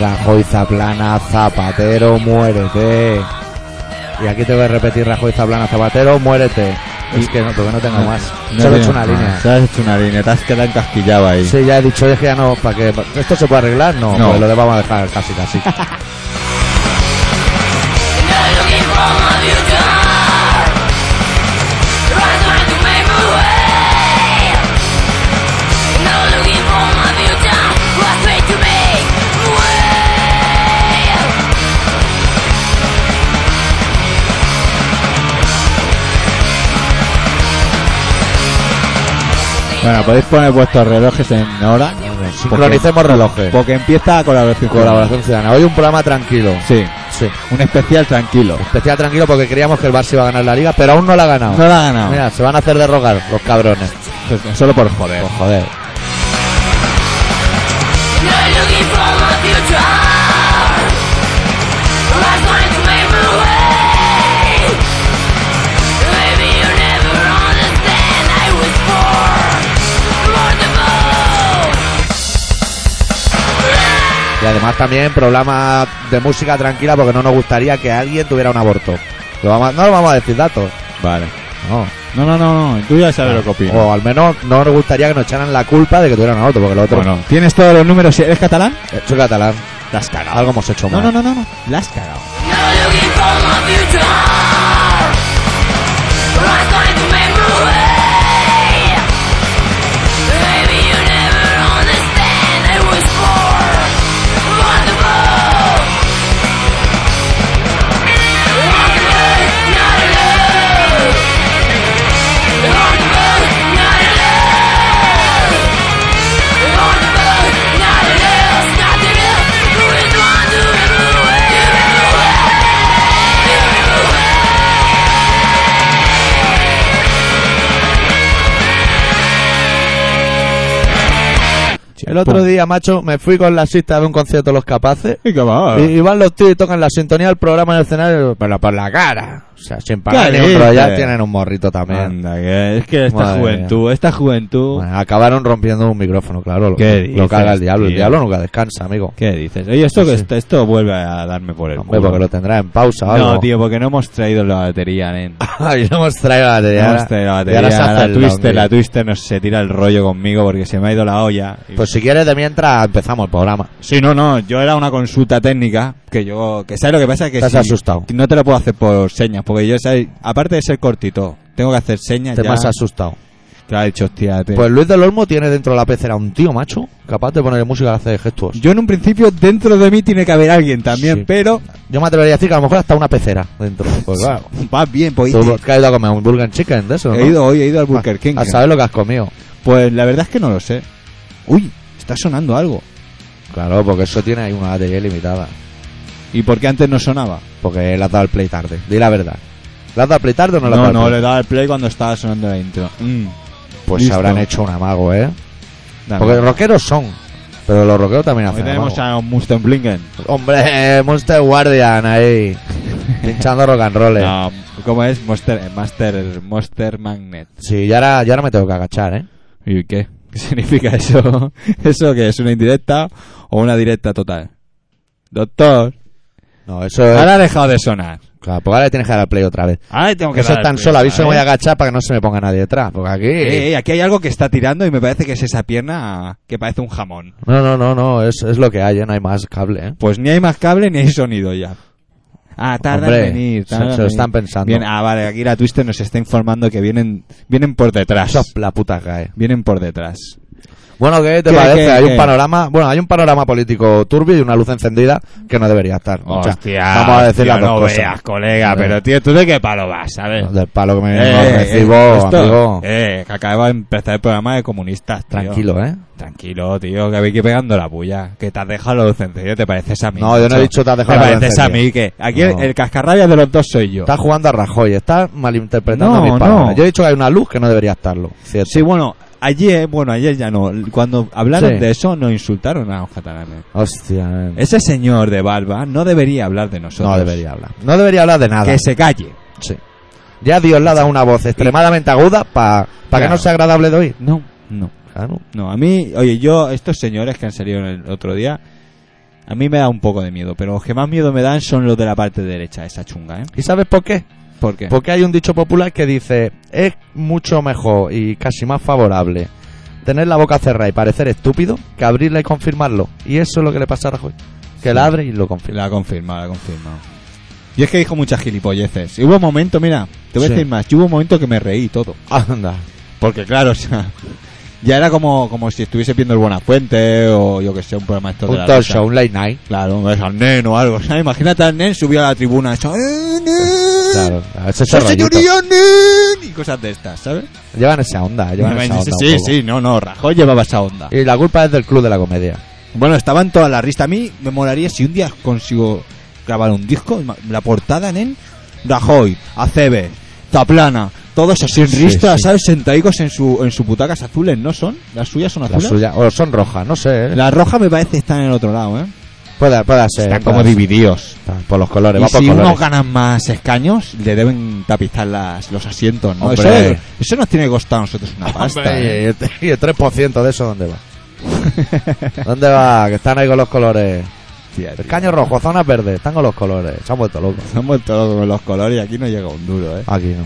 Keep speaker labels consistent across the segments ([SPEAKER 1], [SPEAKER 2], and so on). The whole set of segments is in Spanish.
[SPEAKER 1] Rajoy Zaplana, Zapatero, muérete. Y aquí te voy a repetir Rajoy Zaplana, Zapatero, muérete. Es que no, porque no tengo más.
[SPEAKER 2] No
[SPEAKER 1] Solo he
[SPEAKER 2] tienes
[SPEAKER 1] hecho una
[SPEAKER 2] más.
[SPEAKER 1] línea.
[SPEAKER 2] Solo has hecho una línea, te has quedado encasquillado ahí.
[SPEAKER 1] Sí, ya he dicho, es que ya no, para que esto se puede arreglar, no,
[SPEAKER 2] No.
[SPEAKER 1] pues lo vamos a dejar casi casi.
[SPEAKER 2] Bueno, podéis poner vuestros relojes en hora.
[SPEAKER 1] Sincronicemos relojes.
[SPEAKER 2] Porque empieza colaboración.
[SPEAKER 1] Colaboración ciudadana. Hoy un programa tranquilo.
[SPEAKER 2] Sí,
[SPEAKER 1] Sí.
[SPEAKER 2] un especial tranquilo.
[SPEAKER 1] Especial tranquilo porque creíamos que el Barça iba a ganar la liga, pero aún no la ha ganado.
[SPEAKER 2] No la ha ganado.
[SPEAKER 1] Mira, se van a hacer de rogar los cabrones.
[SPEAKER 2] Pues, Solo por joder.
[SPEAKER 1] Pues joder. Y además también programa de música tranquila porque no nos gustaría que alguien tuviera un aborto. Lo vamos a- no lo vamos a decir datos.
[SPEAKER 2] Vale.
[SPEAKER 1] No.
[SPEAKER 2] No, no, no, no. Tú ya sabes lo que opino.
[SPEAKER 1] O al menos no nos gustaría que nos echaran la culpa de que tuvieran un aborto, porque lo otro...
[SPEAKER 2] Bueno, ¿tienes todos los números? ¿Eres catalán?
[SPEAKER 1] Eh, Soy catalán.
[SPEAKER 2] La has cagado.
[SPEAKER 1] Algo hemos hecho
[SPEAKER 2] No,
[SPEAKER 1] mal.
[SPEAKER 2] no, no, no, no. La has cagado.
[SPEAKER 1] El otro día, macho, me fui con la cista de un concierto de Los Capaces.
[SPEAKER 2] ¿Y qué va?
[SPEAKER 1] Y, y van los tíos y tocan la sintonía del programa en el escenario, pero por la cara. O sea, sin pagar
[SPEAKER 2] ¿Qué
[SPEAKER 1] ni un rollo, ya
[SPEAKER 2] dices?
[SPEAKER 1] tienen un morrito también.
[SPEAKER 2] Anda, que es que esta
[SPEAKER 1] Madre
[SPEAKER 2] juventud, esta juventud.
[SPEAKER 1] Bueno, acabaron rompiendo un micrófono, claro. Lo,
[SPEAKER 2] ¿Qué
[SPEAKER 1] lo
[SPEAKER 2] dices,
[SPEAKER 1] caga el diablo. El
[SPEAKER 2] tío?
[SPEAKER 1] diablo nunca descansa, amigo.
[SPEAKER 2] ¿Qué dices? Oye, esto,
[SPEAKER 1] Sí,
[SPEAKER 2] que
[SPEAKER 1] sí.
[SPEAKER 2] esto, esto vuelve a darme por el
[SPEAKER 1] Hombre,
[SPEAKER 2] culo.
[SPEAKER 1] porque lo tendrá en pausa o algo.
[SPEAKER 2] No, tío, porque no hemos traído la batería, nen.
[SPEAKER 1] Ay, no hemos traído la
[SPEAKER 2] No
[SPEAKER 1] batería.
[SPEAKER 2] hemos traído la
[SPEAKER 1] Y
[SPEAKER 2] batería.
[SPEAKER 1] ahora se hace
[SPEAKER 2] La
[SPEAKER 1] el
[SPEAKER 2] Twister, la
[SPEAKER 1] longi.
[SPEAKER 2] Twister nos se tira el rollo conmigo porque se me ha ido la olla. Y-
[SPEAKER 1] Pues si quieres, de mientras empezamos el programa.
[SPEAKER 2] Sí, no, no, yo era una consulta técnica que yo, que sabes lo que pasa que
[SPEAKER 1] Estás
[SPEAKER 2] si-
[SPEAKER 1] asustado.
[SPEAKER 2] No te lo puedo hacer por señas, porque yo, ¿sabes? aparte de ser cortito, tengo que hacer señas.
[SPEAKER 1] Te
[SPEAKER 2] ya,
[SPEAKER 1] más asustado.
[SPEAKER 2] Claro, he dicho, hostia, te-
[SPEAKER 1] Pues Luis del Olmo tiene dentro de la pecera un tío, macho, capaz de ponerle música y hacer gestos.
[SPEAKER 2] yo en un principio dentro de mí tiene que haber alguien también,
[SPEAKER 1] Sí.
[SPEAKER 2] pero
[SPEAKER 1] Yo me atrevería a decir que a lo mejor hasta una pecera dentro. Pues claro.
[SPEAKER 2] va bien, pues
[SPEAKER 1] Tú que has ido a comer un Burger Chicken de eso, ¿no?
[SPEAKER 2] he ido hoy, he ido al Burger King.
[SPEAKER 1] A saber lo que has comido.
[SPEAKER 2] Pues la verdad es que no lo sé. Uy, está sonando algo.
[SPEAKER 1] Claro, porque eso tiene ahí una batería limitada.
[SPEAKER 2] ¿Y por qué antes no sonaba?
[SPEAKER 1] Porque le has dado el play tarde. Di la verdad. ¿Le has dado el play tarde o no le has
[SPEAKER 2] no,
[SPEAKER 1] dado el
[SPEAKER 2] le
[SPEAKER 1] play?
[SPEAKER 2] daba el play cuando estaba sonando la intro. Mm,
[SPEAKER 1] Pues
[SPEAKER 2] Listo.
[SPEAKER 1] se habrán hecho un amago, ¿eh?
[SPEAKER 2] dame.
[SPEAKER 1] Porque rockeros son. Pero los rockeros también
[SPEAKER 2] Hoy
[SPEAKER 1] hacen
[SPEAKER 2] tenemos
[SPEAKER 1] amago.
[SPEAKER 2] a un Mustang Blinken.
[SPEAKER 1] Hombre, Monster Guardian ahí. pinchando rock and roll. eh.
[SPEAKER 2] No, Ah, ¿Cómo es? Monster, eh, Master, Monster Magnet.
[SPEAKER 1] Sí, ya ahora, ya ahora me tengo que agachar, ¿eh?
[SPEAKER 2] ¿Y qué? ¿Qué significa eso? ¿Eso que es una indirecta o una directa total? Doctor,
[SPEAKER 1] No, eso es...
[SPEAKER 2] ahora ha dejado de sonar.
[SPEAKER 1] Claro, pues ahora le tienes que dar al play otra vez.
[SPEAKER 2] Ahora tengo
[SPEAKER 1] Porque eso es tan solo, aviso, me
[SPEAKER 2] ¿eh?
[SPEAKER 1] voy a agachar para que no se me ponga nadie detrás. Porque aquí...
[SPEAKER 2] aquí hay algo que está tirando y me parece que es esa pierna que parece un jamón.
[SPEAKER 1] No, no, no, no, es, es lo que hay, ¿eh? no hay más cable, ¿eh?
[SPEAKER 2] Pues ni hay más cable ni hay sonido ya. Ah, tarda
[SPEAKER 1] Hombre,
[SPEAKER 2] en venir.
[SPEAKER 1] se-
[SPEAKER 2] tarda en
[SPEAKER 1] se lo
[SPEAKER 2] venir.
[SPEAKER 1] están pensando.
[SPEAKER 2] Bien, ah, vale, aquí la Twister nos está informando que vienen, vienen por detrás.
[SPEAKER 1] Eso es la puta cae.
[SPEAKER 2] Vienen por detrás.
[SPEAKER 1] Bueno, ¿qué te
[SPEAKER 2] ¿Qué,
[SPEAKER 1] parece?
[SPEAKER 2] qué,
[SPEAKER 1] hay
[SPEAKER 2] qué?
[SPEAKER 1] un panorama, bueno, hay un panorama político turbio y una luz encendida que no debería estar. O sea, vamos a decir
[SPEAKER 2] hostia,
[SPEAKER 1] las dos
[SPEAKER 2] no
[SPEAKER 1] cosas.
[SPEAKER 2] veas, colega,
[SPEAKER 1] Eh.
[SPEAKER 2] pero tío, ¿tú de qué palo vas, sabes?
[SPEAKER 1] Del palo que me
[SPEAKER 2] Eh,
[SPEAKER 1] no
[SPEAKER 2] eh,
[SPEAKER 1] recibo,
[SPEAKER 2] esto-
[SPEAKER 1] amigo.
[SPEAKER 2] eh, que acaba de empezar el programa de comunistas, tío.
[SPEAKER 1] Tranquilo, ¿eh?
[SPEAKER 2] Tranquilo, tío, que habéis que ir pegando la bulla. Que te has dejado los encendidos, te pareces a mí.
[SPEAKER 1] No, yo no he dicho te has dejado
[SPEAKER 2] Te
[SPEAKER 1] la luz
[SPEAKER 2] pareces a
[SPEAKER 1] encendida.
[SPEAKER 2] mí, que aquí el,
[SPEAKER 1] No.
[SPEAKER 2] el cascarrabias de los dos soy yo.
[SPEAKER 1] Estás jugando a Rajoy, estás malinterpretando
[SPEAKER 2] No,
[SPEAKER 1] mis palabras.
[SPEAKER 2] no.
[SPEAKER 1] Yo he dicho que hay una luz que no debería estarlo, ¿cierto?
[SPEAKER 2] Sí, bueno, ayer, bueno, ayer ya no. Cuando hablaron
[SPEAKER 1] Sí.
[SPEAKER 2] de eso, nos insultaron a los catalanes.
[SPEAKER 1] Hostia, eh.
[SPEAKER 2] Ese señor de barba no debería hablar de nosotros.
[SPEAKER 1] no debería hablar. No debería hablar de nada.
[SPEAKER 2] pues. Que se calle.
[SPEAKER 1] Sí. Ya Dios le ha dado una voz extremadamente aguda para que
[SPEAKER 2] Claro.
[SPEAKER 1] no sea agradable de oír.
[SPEAKER 2] No, no.
[SPEAKER 1] Claro.
[SPEAKER 2] No, a mí, oye, yo, estos señores que han salido en el otro día, A mí me da un poco de miedo, pero los que más miedo me dan son los de la parte derecha, esa chunga, ¿eh?
[SPEAKER 1] ¿Y sabes por qué?
[SPEAKER 2] ¿Por qué?
[SPEAKER 1] Porque hay un dicho popular que dice, es mucho mejor y casi más favorable tener la boca cerrada y parecer estúpido que abrirla y confirmarlo. Y eso es lo que le pasa a Rajoy. Que la abre y lo confirma.
[SPEAKER 2] La ha confirmado, la ha confirmado. Y es que dijo muchas gilipolleces. Y hubo un momento, mira, te voy
[SPEAKER 1] Sí.
[SPEAKER 2] a decir más, yo hubo un momento que me reí y todo.
[SPEAKER 1] Anda.
[SPEAKER 2] Porque claro, o sea, ya era como, como si estuviese viendo el Buenafuente o yo que sé, un programa esto de
[SPEAKER 1] Un
[SPEAKER 2] la
[SPEAKER 1] talk
[SPEAKER 2] Rosa.
[SPEAKER 1] show, un late night.
[SPEAKER 2] Claro, un beso al nen o algo. O sea, imagínate al nen subido a la tribuna eso, ¡Eh, nen!
[SPEAKER 1] Claro, ese es
[SPEAKER 2] ¡Sí,
[SPEAKER 1] el rollito.
[SPEAKER 2] señoría, nen! Y cosas de estas, ¿sabes?
[SPEAKER 1] Llevan esa onda, llevan esa onda.
[SPEAKER 2] sí,
[SPEAKER 1] un
[SPEAKER 2] sí,
[SPEAKER 1] poco.
[SPEAKER 2] sí, no, no, Rajoy llevaba esa onda.
[SPEAKER 1] Y la culpa es del club de la comedia.
[SPEAKER 2] Eh, Bueno, estaban todas las risas. A mí me molaría si un día consigo grabar un disco, la portada, nen. Rajoy, Acebes, Zaplana, todos así en
[SPEAKER 1] Sí,
[SPEAKER 2] ristas,
[SPEAKER 1] sí.
[SPEAKER 2] ¿sabes? Sentaicos en, su, en sus butacas azules, ¿no son? ¿Las suyas son
[SPEAKER 1] La
[SPEAKER 2] azules?
[SPEAKER 1] suya, o son rojas, no sé. ¿eh?
[SPEAKER 2] La roja me parece que está en el otro lado, ¿eh?
[SPEAKER 1] Puede, puede ser.
[SPEAKER 2] Están
[SPEAKER 1] puede
[SPEAKER 2] como
[SPEAKER 1] ser.
[SPEAKER 2] divididos.
[SPEAKER 1] Está Por los colores,
[SPEAKER 2] Y
[SPEAKER 1] va por
[SPEAKER 2] si unos
[SPEAKER 1] colores.
[SPEAKER 2] ganan más escaños, le deben tapizar las, los asientos, ¿no? Eso,
[SPEAKER 1] Hombre.
[SPEAKER 2] eso nos tiene que costar a nosotros una pasta. ¿eh?
[SPEAKER 1] Y el- y el 3% de eso, ¿dónde va? ¿Dónde va? Que están ahí con los colores.
[SPEAKER 2] Hostia, tío.
[SPEAKER 1] Escaño rojo, zonas verdes, están con los colores. Se han vuelto locos.
[SPEAKER 2] Se han vuelto locos con los colores y aquí no llega un duro, ¿eh?
[SPEAKER 1] Aquí no.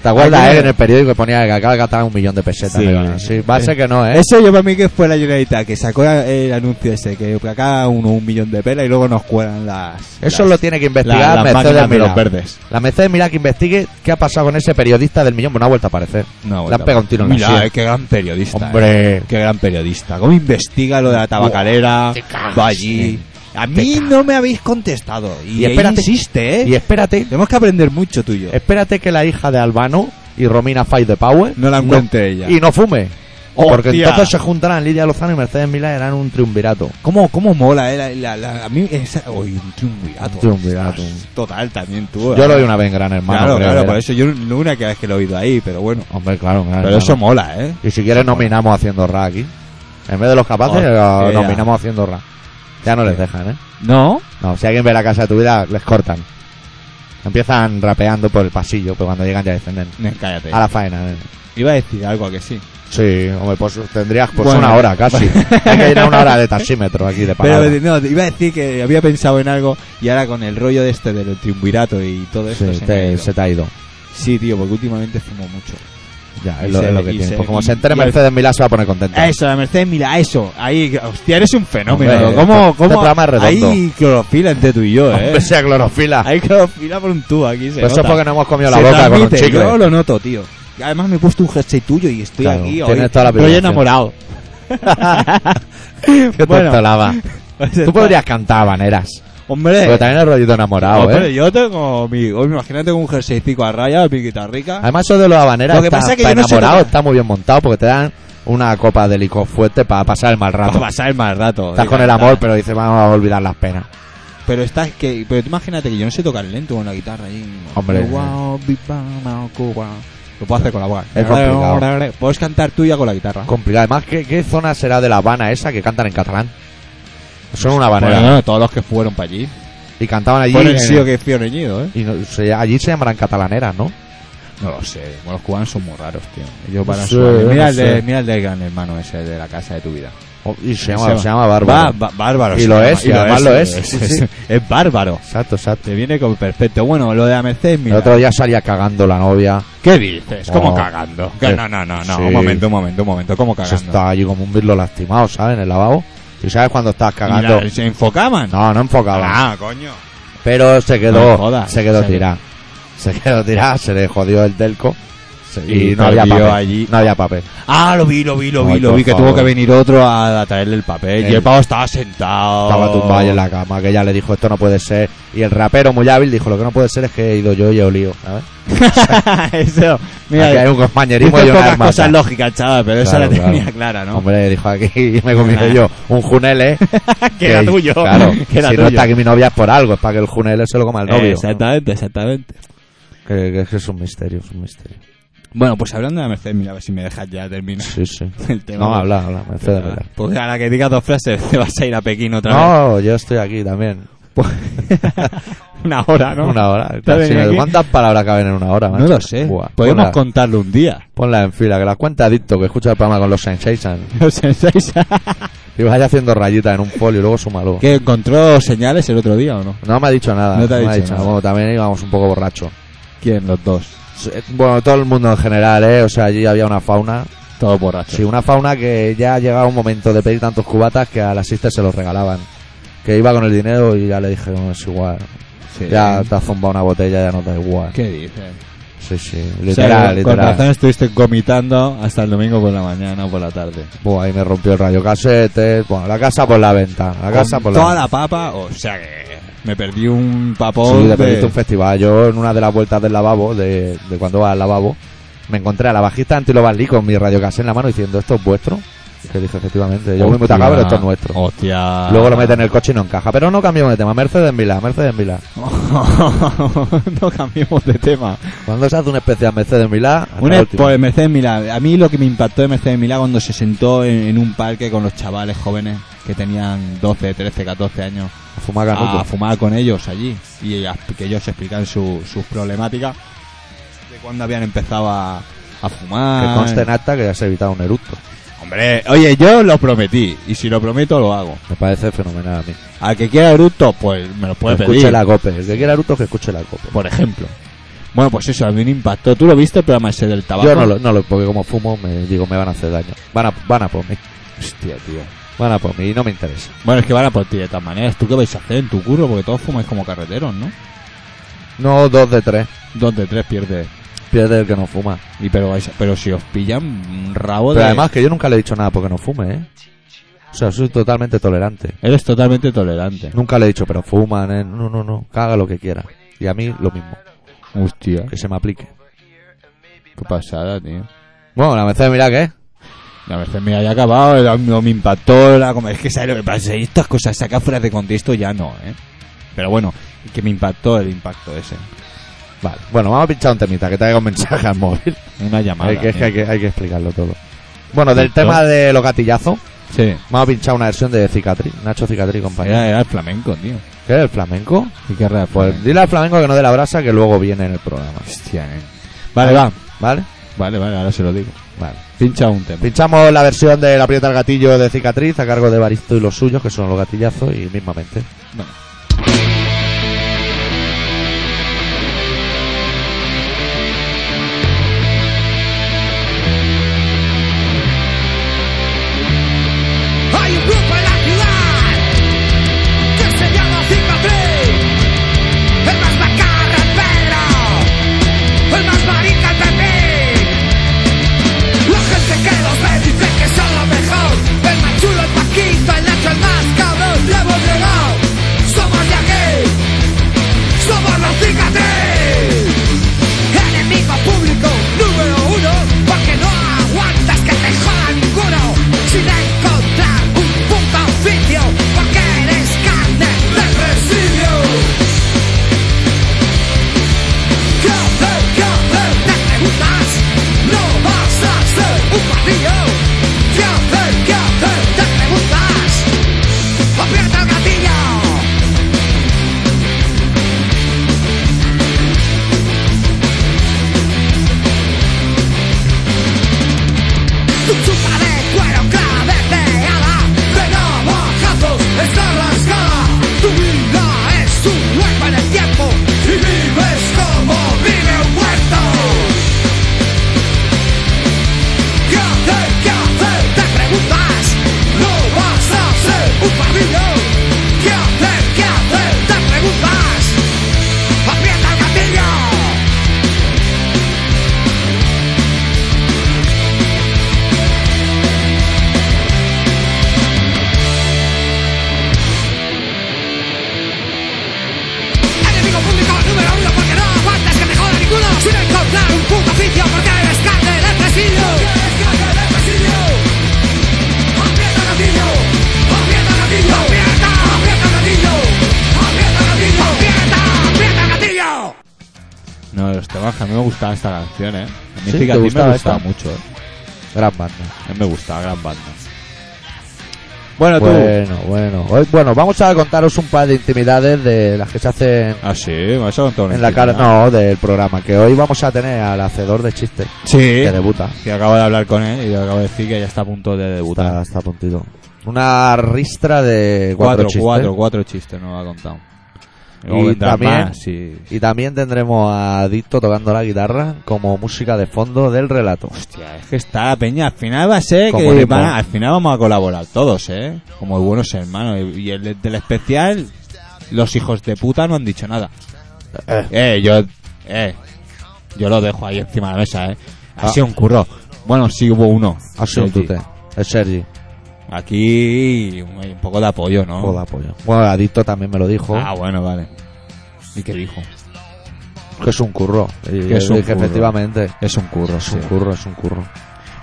[SPEAKER 1] ¿Te acuerdas,
[SPEAKER 2] Aquí no.
[SPEAKER 1] eh, que en el periódico que ponía que acaba de gastar un millón de pesetas?
[SPEAKER 2] Sí.
[SPEAKER 1] ¿no? sí va a ser que no, ¿eh?
[SPEAKER 2] Eso yo para mí que fue la Generalitat, que sacó el anuncio ese, que acá uno un millón de pelas y luego nos cuelan las...
[SPEAKER 1] Eso
[SPEAKER 2] las-
[SPEAKER 1] lo tiene que
[SPEAKER 2] la-
[SPEAKER 1] investigar
[SPEAKER 2] las
[SPEAKER 1] Mercedes
[SPEAKER 2] máquinas de los
[SPEAKER 1] Milá.
[SPEAKER 2] verdes.
[SPEAKER 1] La Mercedes Milá que investigue qué ha pasado con ese periodista del millón. Bueno, no ha vuelto a aparecer.
[SPEAKER 2] No,
[SPEAKER 1] Le han pegado un tiro en la
[SPEAKER 2] Mira,
[SPEAKER 1] sien.
[SPEAKER 2] eh, qué gran periodista. eh.
[SPEAKER 1] Hombre.
[SPEAKER 2] Qué gran periodista. ¿Cómo investiga lo de la tabacalera?
[SPEAKER 1] Te cagas,
[SPEAKER 2] Va allí.
[SPEAKER 1] eh.
[SPEAKER 2] A mí
[SPEAKER 1] cagas.
[SPEAKER 2] no me habéis contestado. Y,
[SPEAKER 1] Y espérate.
[SPEAKER 2] insiste, ¿eh?
[SPEAKER 1] Y espérate,
[SPEAKER 2] Tenemos que aprender mucho tuyo.
[SPEAKER 1] espérate que la hija de Albano y Romina Fight de Power
[SPEAKER 2] No la encuentre ella.
[SPEAKER 1] Y no fume. Porque
[SPEAKER 2] Hostia.
[SPEAKER 1] entonces se juntarán Lidia Lozano y Mercedes Milá eran un triunvirato.
[SPEAKER 2] ¿Cómo, cómo mola, eh? La, la- la- a mí esa... Uy, un triunvirato.
[SPEAKER 1] Un triunvirato.
[SPEAKER 2] Ostras, Total, también tú.
[SPEAKER 1] Yo
[SPEAKER 2] eh.
[SPEAKER 1] lo vi una vez en Gran Hermano.
[SPEAKER 2] Claro,
[SPEAKER 1] creo
[SPEAKER 2] claro,
[SPEAKER 1] que
[SPEAKER 2] por
[SPEAKER 1] era.
[SPEAKER 2] eso yo no una que vez que lo he oído ahí, pero bueno.
[SPEAKER 1] Hombre, claro, en Gran
[SPEAKER 2] Pero eso
[SPEAKER 1] Hermano.
[SPEAKER 2] mola, ¿eh?
[SPEAKER 1] Y si quieres nominamos haciendo ra aquí. En vez de los capaces,
[SPEAKER 2] Hostia.
[SPEAKER 1] eh, nominamos haciendo ra. Ya no les dejan, ¿eh?
[SPEAKER 2] No.
[SPEAKER 1] No, si alguien ve la casa de tu vida, les cortan. Empiezan rapeando por el pasillo, pero cuando llegan ya dicen "Nen,
[SPEAKER 2] Cállate.
[SPEAKER 1] a la faena.
[SPEAKER 2] eh.
[SPEAKER 1] nen".
[SPEAKER 2] Iba a decir algo a que sí.
[SPEAKER 1] Sí, hombre, pues tendrías pues
[SPEAKER 2] Bueno.
[SPEAKER 1] una hora casi. Hay que ir a una hora de taxímetro aquí de
[SPEAKER 2] Pero
[SPEAKER 1] palabra.
[SPEAKER 2] no, te iba a decir que había pensado en algo y ahora con el rollo de este del triunvirato y todo
[SPEAKER 1] Sí,
[SPEAKER 2] esto se me ha
[SPEAKER 1] te-
[SPEAKER 2] ido.
[SPEAKER 1] se te ha ido.
[SPEAKER 2] Sí, tío, porque últimamente fumo mucho.
[SPEAKER 1] Ya,
[SPEAKER 2] Y
[SPEAKER 1] es lo,
[SPEAKER 2] se-
[SPEAKER 1] es lo que
[SPEAKER 2] y
[SPEAKER 1] tiene.
[SPEAKER 2] se-
[SPEAKER 1] Pues como
[SPEAKER 2] y-
[SPEAKER 1] se entere
[SPEAKER 2] y el-
[SPEAKER 1] Mercedes Milá se va a poner contenta.
[SPEAKER 2] Eso, la Mercedes Mila, eso. Ahí, hostia, eres un fenómeno.
[SPEAKER 1] Hombre,
[SPEAKER 2] ¿Cómo,
[SPEAKER 1] este-
[SPEAKER 2] cómo?
[SPEAKER 1] este programa es redondo.
[SPEAKER 2] Hay clorofila entre tú y yo, eh.
[SPEAKER 1] Hombre, sea clorofila.
[SPEAKER 2] Hay clorofila por un tubo aquí, se
[SPEAKER 1] Pues eso es
[SPEAKER 2] nota.
[SPEAKER 1] porque no hemos comido la
[SPEAKER 2] Se
[SPEAKER 1] boca con un
[SPEAKER 2] transmite,
[SPEAKER 1] chicle.
[SPEAKER 2] Yo lo noto, tío. Y Además me he puesto un jersey tuyo y estoy
[SPEAKER 1] Claro,
[SPEAKER 2] aquí hoy.
[SPEAKER 1] tienes toda la
[SPEAKER 2] Estoy
[SPEAKER 1] vibración.
[SPEAKER 2] enamorado.
[SPEAKER 1] Qué
[SPEAKER 2] Bueno,
[SPEAKER 1] tostolaba.
[SPEAKER 2] pues
[SPEAKER 1] Tú
[SPEAKER 2] está.
[SPEAKER 1] podrías cantar habaneras.
[SPEAKER 2] Hombre,
[SPEAKER 1] Porque también el rollito enamorado,
[SPEAKER 2] hombre,
[SPEAKER 1] ¿eh?
[SPEAKER 2] yo tengo mi... hoy Imagínate con un jerseycico a raya, mi guitarrica.
[SPEAKER 1] Además, eso de los habaneras
[SPEAKER 2] Lo que
[SPEAKER 1] está,
[SPEAKER 2] pasa es que
[SPEAKER 1] está
[SPEAKER 2] yo no sé
[SPEAKER 1] enamorado,
[SPEAKER 2] tocar.
[SPEAKER 1] está muy bien montado porque te dan una copa de licor fuerte para pasar el mal
[SPEAKER 2] Para
[SPEAKER 1] rato.
[SPEAKER 2] pasar más rato.
[SPEAKER 1] Estás
[SPEAKER 2] de
[SPEAKER 1] con el
[SPEAKER 2] cantar.
[SPEAKER 1] amor, pero dices, vamos a olvidar las penas.
[SPEAKER 2] Pero estás que. Pero tú imagínate que yo no sé tocar lento con la guitarra ahí.
[SPEAKER 1] Hombre.
[SPEAKER 2] Wow, big bang, wow, cool, wow. Lo puedo hacer con la boca.
[SPEAKER 1] Es complicado.
[SPEAKER 2] Puedes cantar tuya con la guitarra.
[SPEAKER 1] Complicado. Además, ¿qué, qué zona será de La Habana esa que cantan en catalán? Son una habanera.
[SPEAKER 2] Bueno, todos los que fueron para allí.
[SPEAKER 1] Y cantaban allí.
[SPEAKER 2] Por el
[SPEAKER 1] en-
[SPEAKER 2] sí que es pioneñido, ¿eh?
[SPEAKER 1] y no- se- allí se llamarán catalaneras, ¿no?
[SPEAKER 2] No lo sé. Bueno, los cubanos son muy raros, tío. Ellos van a
[SPEAKER 1] sé,
[SPEAKER 2] su-
[SPEAKER 1] yo
[SPEAKER 2] Mira,
[SPEAKER 1] no
[SPEAKER 2] el de,
[SPEAKER 1] sé.
[SPEAKER 2] mira el del gran hermano ese de la casa de tu vida.
[SPEAKER 1] O- Oh, Y se
[SPEAKER 2] ¿Cómo
[SPEAKER 1] llama, se llama Bárbaro.
[SPEAKER 2] Va- va- bárbaro.
[SPEAKER 1] Y
[SPEAKER 2] se
[SPEAKER 1] lo
[SPEAKER 2] llama.
[SPEAKER 1] es, y además lo es. Sí, sí.
[SPEAKER 2] Es bárbaro.
[SPEAKER 1] Exacto, exacto.
[SPEAKER 2] Te viene como perfecto. Bueno, lo de AMC,
[SPEAKER 1] El
[SPEAKER 2] mira.
[SPEAKER 1] otro día salía cagando la novia.
[SPEAKER 2] ¿Qué dices?
[SPEAKER 1] No.
[SPEAKER 2] ¿Cómo cagando? Que no, no, no, no.
[SPEAKER 1] Sí.
[SPEAKER 2] Un momento, un momento, un momento. ¿Cómo
[SPEAKER 1] Se
[SPEAKER 2] cagando?
[SPEAKER 1] estaba allí como un birlo lastimado, ¿sabes? En el lavabo. Y sabes cuando estás cagando.
[SPEAKER 2] Mira, ¿Se enfocaban?
[SPEAKER 1] No, no enfocaba.
[SPEAKER 2] Ah, coño.
[SPEAKER 1] Pero se
[SPEAKER 2] No me
[SPEAKER 1] quedó,
[SPEAKER 2] jodas,
[SPEAKER 1] se
[SPEAKER 2] en
[SPEAKER 1] quedó
[SPEAKER 2] serio.
[SPEAKER 1] tirado. Se quedó tirado, se le jodió el delco. se- y,
[SPEAKER 2] Y
[SPEAKER 1] no había
[SPEAKER 2] perdió
[SPEAKER 1] papel.
[SPEAKER 2] allí.
[SPEAKER 1] No había papel.
[SPEAKER 2] Ah, lo vi, lo vi, lo vi,
[SPEAKER 1] Ay,
[SPEAKER 2] lo
[SPEAKER 1] por
[SPEAKER 2] vi. Que
[SPEAKER 1] favor.
[SPEAKER 2] tuvo que venir otro a, a traerle el papel.
[SPEAKER 1] El-
[SPEAKER 2] Y el pavo estaba sentado.
[SPEAKER 1] Estaba tumbado ahí en la cama, que ella le dijo esto no puede ser. Y el rapero muy hábil dijo lo que no puede ser es que he ido yo y he olido, ¿sabes?
[SPEAKER 2] Eso. Mira,
[SPEAKER 1] aquí hay un
[SPEAKER 2] dice
[SPEAKER 1] compañerismo y una
[SPEAKER 2] pocas
[SPEAKER 1] hermandad.
[SPEAKER 2] cosas lógicas, chaval, pero esa
[SPEAKER 1] Claro,
[SPEAKER 2] la tenía
[SPEAKER 1] claro.
[SPEAKER 2] clara, ¿no?
[SPEAKER 1] Hombre, dijo aquí me he comido yo un junele.
[SPEAKER 2] que era tuyo.
[SPEAKER 1] Claro,
[SPEAKER 2] que era
[SPEAKER 1] si no
[SPEAKER 2] tuyo.
[SPEAKER 1] está aquí mi novia es por algo, es para que el junele se lo coma el novio.
[SPEAKER 2] Exactamente, exactamente.
[SPEAKER 1] Que, que- que es un misterio, es un misterio.
[SPEAKER 2] Bueno, pues hablando de la Mercedes, mira, a ver si me dejas ya terminar
[SPEAKER 1] Sí, sí.
[SPEAKER 2] el tema.
[SPEAKER 1] No, habla, habla, me hace de verdad.
[SPEAKER 2] Pues a la que digas dos frases te vas a ir a Pekín otra vez. Pues,
[SPEAKER 1] No, yo estoy aquí también.
[SPEAKER 2] una hora, ¿no?
[SPEAKER 1] Una hora.
[SPEAKER 2] ¿Te has
[SPEAKER 1] Casi,
[SPEAKER 2] venido aquí?
[SPEAKER 1] ¿Cuántas palabras caben en una hora?
[SPEAKER 2] No
[SPEAKER 1] macho?
[SPEAKER 2] lo sé.
[SPEAKER 1] Buah,
[SPEAKER 2] Podemos
[SPEAKER 1] ponla,
[SPEAKER 2] contarlo un día.
[SPEAKER 1] ponla en fila, que las cuenta Adicto, que escucha el programa con los Sensations.
[SPEAKER 2] Los sensáis.
[SPEAKER 1] Y vaya haciendo rayitas en un folio y luego súmalo.
[SPEAKER 2] ¿Que encontró señales el otro día o no?
[SPEAKER 1] No me ha dicho nada.
[SPEAKER 2] No te ha
[SPEAKER 1] me
[SPEAKER 2] dicho nada.
[SPEAKER 1] Bueno, también íbamos un poco borrachos.
[SPEAKER 2] ¿Quién? Los dos.
[SPEAKER 1] Eh, Bueno, todo el mundo en general, ¿eh? O sea, allí había una fauna.
[SPEAKER 2] Todos borrachos.
[SPEAKER 1] Sí, una fauna que ya llegaba un momento de pedir tantos cubatas que a la sister se los regalaban. Que iba con el dinero y ya le dije, no, es igual.
[SPEAKER 2] Sí.
[SPEAKER 1] Ya te has zumbado una botella, ya no da igual.
[SPEAKER 2] ¿Qué dices?
[SPEAKER 1] Sí, sí, literal,
[SPEAKER 2] O sea, Con razón
[SPEAKER 1] literal.
[SPEAKER 2] estuviste vomitando hasta el domingo por la mañana o por la tarde.
[SPEAKER 1] Buah, ahí me rompió el rayo casete. Bueno, la casa por la ventana. La casa por
[SPEAKER 2] Con
[SPEAKER 1] la
[SPEAKER 2] toda la papa, o sea que me perdí un papón.
[SPEAKER 1] Sí, te
[SPEAKER 2] de-
[SPEAKER 1] perdiste un festival. Yo en una de las vueltas del lavabo, de, de cuando vas al lavabo, me encontré a la bajista Antilobalí con mi radiocasé en la mano diciendo, ¿esto es vuestro? Y que dije, efectivamente, yo mismo te
[SPEAKER 2] Hostia,
[SPEAKER 1] acabo, pero esto es nuestro.
[SPEAKER 2] Hostia.
[SPEAKER 1] Luego lo meten en el coche y no encaja. Pero no cambiamos de tema. Mercedes Milá, Mercedes Milá.
[SPEAKER 2] no cambiemos de tema.
[SPEAKER 1] Cuando se hace un especial Mercedes Milá, hasta
[SPEAKER 2] Un
[SPEAKER 1] la
[SPEAKER 2] es-
[SPEAKER 1] última.
[SPEAKER 2] pues Mercedes Milá. A mí lo que me impactó de Mercedes Milá cuando se sentó en, en un parque con los chavales jóvenes que tenían 12, 13, 14 años
[SPEAKER 1] A fumar canuto.
[SPEAKER 2] a fumar con ellos allí y ellas- que ellos explican su- sus problemáticas de cuando habían empezado a, a fumar.
[SPEAKER 1] Que conste en acta que ya se ha evitado un eructo.
[SPEAKER 2] Hombre, oye, yo lo prometí y si lo prometo lo hago.
[SPEAKER 1] Me parece fenomenal a mí.
[SPEAKER 2] Al que quiera eructo, pues me lo puede
[SPEAKER 1] que
[SPEAKER 2] pedir.
[SPEAKER 1] escuche la cope. El que quiera eructo, que escuche la cope.
[SPEAKER 2] Por ejemplo. Bueno, pues eso, a mí me impactó. ¿Tú lo viste el programa ese del tabaco?
[SPEAKER 1] Yo no lo, no lo, porque como fumo, me digo, me van a hacer daño. Van a, van a por mí.
[SPEAKER 2] Hostia, tío.
[SPEAKER 1] Van a por mí y no me interesa.
[SPEAKER 2] Bueno, es que van a por ti de todas maneras. ¿Tú qué vais a hacer en tu curro? Porque todos fumáis como carreteros, ¿no?
[SPEAKER 1] No, dos de tres.
[SPEAKER 2] Dos de tres pierdes.
[SPEAKER 1] Pierde el que no fuma.
[SPEAKER 2] Y pero vais a- pero si os pillan un rabo
[SPEAKER 1] Pero
[SPEAKER 2] de...
[SPEAKER 1] además que yo nunca le he dicho nada porque no fume, ¿eh? O sea, soy totalmente tolerante.
[SPEAKER 2] Eres totalmente tolerante.
[SPEAKER 1] Nunca le he dicho, pero fuman, ¿eh? No, no, no. Caga lo que quiera. Y a mí lo mismo.
[SPEAKER 2] Hostia.
[SPEAKER 1] Que se me aplique.
[SPEAKER 2] Qué pasada, tío.
[SPEAKER 1] Bueno, la Mercedes, mira que
[SPEAKER 2] La Mercedes mira, ya ha acabado, era- no me impactó, la, como- es que sabes lo que pasa, estas cosas sacadas fuera de contexto ya no, ¿eh? Pero bueno, que me impactó el impacto ese.
[SPEAKER 1] Vale. Bueno, vamos a pinchar un temita que traiga un mensaje al móvil.
[SPEAKER 2] Una llamada.
[SPEAKER 1] Hay que, es que hay,
[SPEAKER 2] tío.
[SPEAKER 1] que, hay que explicarlo todo. Bueno, del
[SPEAKER 2] Listo.
[SPEAKER 1] tema de los gatillazos,
[SPEAKER 2] Sí.
[SPEAKER 1] vamos a pinchar una versión de Cicatriz. Nacho Cicatriz y compañía.
[SPEAKER 2] Era, era el flamenco, tío.
[SPEAKER 1] ¿Qué es el flamenco?
[SPEAKER 2] Y qué raro.
[SPEAKER 1] Pues dile al flamenco que no dé la brasa que luego viene en el programa.
[SPEAKER 2] Hostia,
[SPEAKER 1] eh.
[SPEAKER 2] nen. Vale, va.
[SPEAKER 1] ¿Vale?
[SPEAKER 2] Vale, vale, ahora se lo digo.
[SPEAKER 1] Vale.
[SPEAKER 2] Pincha un tema.
[SPEAKER 1] Pinchamos la versión de La Prieta al Gatillo de Cicatriz a cargo de Baristo y los suyos, que son los gatillazos, y mismamente.
[SPEAKER 2] Venga.
[SPEAKER 3] Hay un grupo en la ciudad que se llama Cicatriz. El más macarra el Pedro, el más marica el Pepín. La gente que los ve dice que son lo mejor. El más chulo, el paquito, el Nacho, el más cabrón. Ya hemos llegado, somos de aquí, somos los Cicatriz. Enemigo público número uno, porque no aguantas que te joda ninguno. Sin encontrar un punto oficio, porque eres carne de presidio. ¿Qué hacer, qué hacer? Te preguntas, no vas a ser un bandido. ¿Qué hacer, qué hacer? Te preguntas, aprieta el gatillo. Tu chupa de cuero claveteada De navajazos está rasgada Tu vida es un hueco en el tiempo Y vives como vive un muerto ¿Qué hacer? ¿Qué hacer? Te preguntas No vas a ser un pardillo ¿Qué hacer? ¿Qué hacer? Te preguntas Aprieta el gatillo Enemigo público número uno porque no aguantas que te joda ninguno Sin encontrar un puto oficio porque eres carne de presidio Eres carne de presidio Aprieta gatillo Aprieta gatillo Aprieta, aprieta gatillo Aprieta gatillo Aprieta, aprieta gatillo
[SPEAKER 2] No, los temas que a mí me gustaba esta canción, ¿eh? A mí
[SPEAKER 1] Sí,
[SPEAKER 2] Cicatriz
[SPEAKER 1] ¿te gustaba
[SPEAKER 2] me gustaba
[SPEAKER 1] esta?
[SPEAKER 2] mucho, ¿eh?
[SPEAKER 1] Gran banda.
[SPEAKER 2] A mí me gustaba, gran banda. Pues, Bueno, Ah, tú...
[SPEAKER 1] Bueno, bueno. Hoy- bueno, vamos a contaros un par de intimidades de las que se hacen
[SPEAKER 2] Ah, sí, me vas a contar una
[SPEAKER 1] en la cara.
[SPEAKER 2] intimidad.
[SPEAKER 1] No, del programa. Que hoy vamos a tener al hacedor de chistes
[SPEAKER 2] Sí,
[SPEAKER 1] que debuta.
[SPEAKER 2] que acabo de hablar con él y le acabo de decir que ya está a punto de debutar.
[SPEAKER 1] Está, está puntito. Una ristra de cuatro,
[SPEAKER 2] Cuatro,
[SPEAKER 1] chistes.
[SPEAKER 2] cuatro, cuatro chistes nos ha contado.
[SPEAKER 1] Y
[SPEAKER 2] Luego vendrán
[SPEAKER 1] también-
[SPEAKER 2] más, sí.
[SPEAKER 1] Y también tendremos a Dicto tocando la guitarra como música de fondo del relato.
[SPEAKER 2] Hostia, es que está peña. Al final va a ser
[SPEAKER 1] Como
[SPEAKER 2] que
[SPEAKER 1] Nemo.
[SPEAKER 2] van a- al final vamos a colaborar todos, ¿eh? Como buenos hermanos. Y- Y el del especial, los hijos de puta no han dicho nada. Eh, yo, eh, yo lo dejo ahí encima de la mesa, ¿eh? Ha
[SPEAKER 1] Ah.
[SPEAKER 2] sido un curro. Bueno, sí hubo uno.
[SPEAKER 1] Ha sido un
[SPEAKER 2] Sergi.
[SPEAKER 1] tute. Es Sergi.
[SPEAKER 2] Aquí hay un poco de apoyo, ¿no?
[SPEAKER 1] Joder, apoyo. Bueno, Adicto también me lo dijo.
[SPEAKER 2] Oh. Ah, bueno, vale. ¿Y qué dijo?
[SPEAKER 1] que es un curro. Y
[SPEAKER 2] Que es
[SPEAKER 1] yo
[SPEAKER 2] un
[SPEAKER 1] dije,
[SPEAKER 2] curro.
[SPEAKER 1] efectivamente.
[SPEAKER 2] Es un curro,
[SPEAKER 1] Es
[SPEAKER 2] sí.
[SPEAKER 1] un curro, es un curro.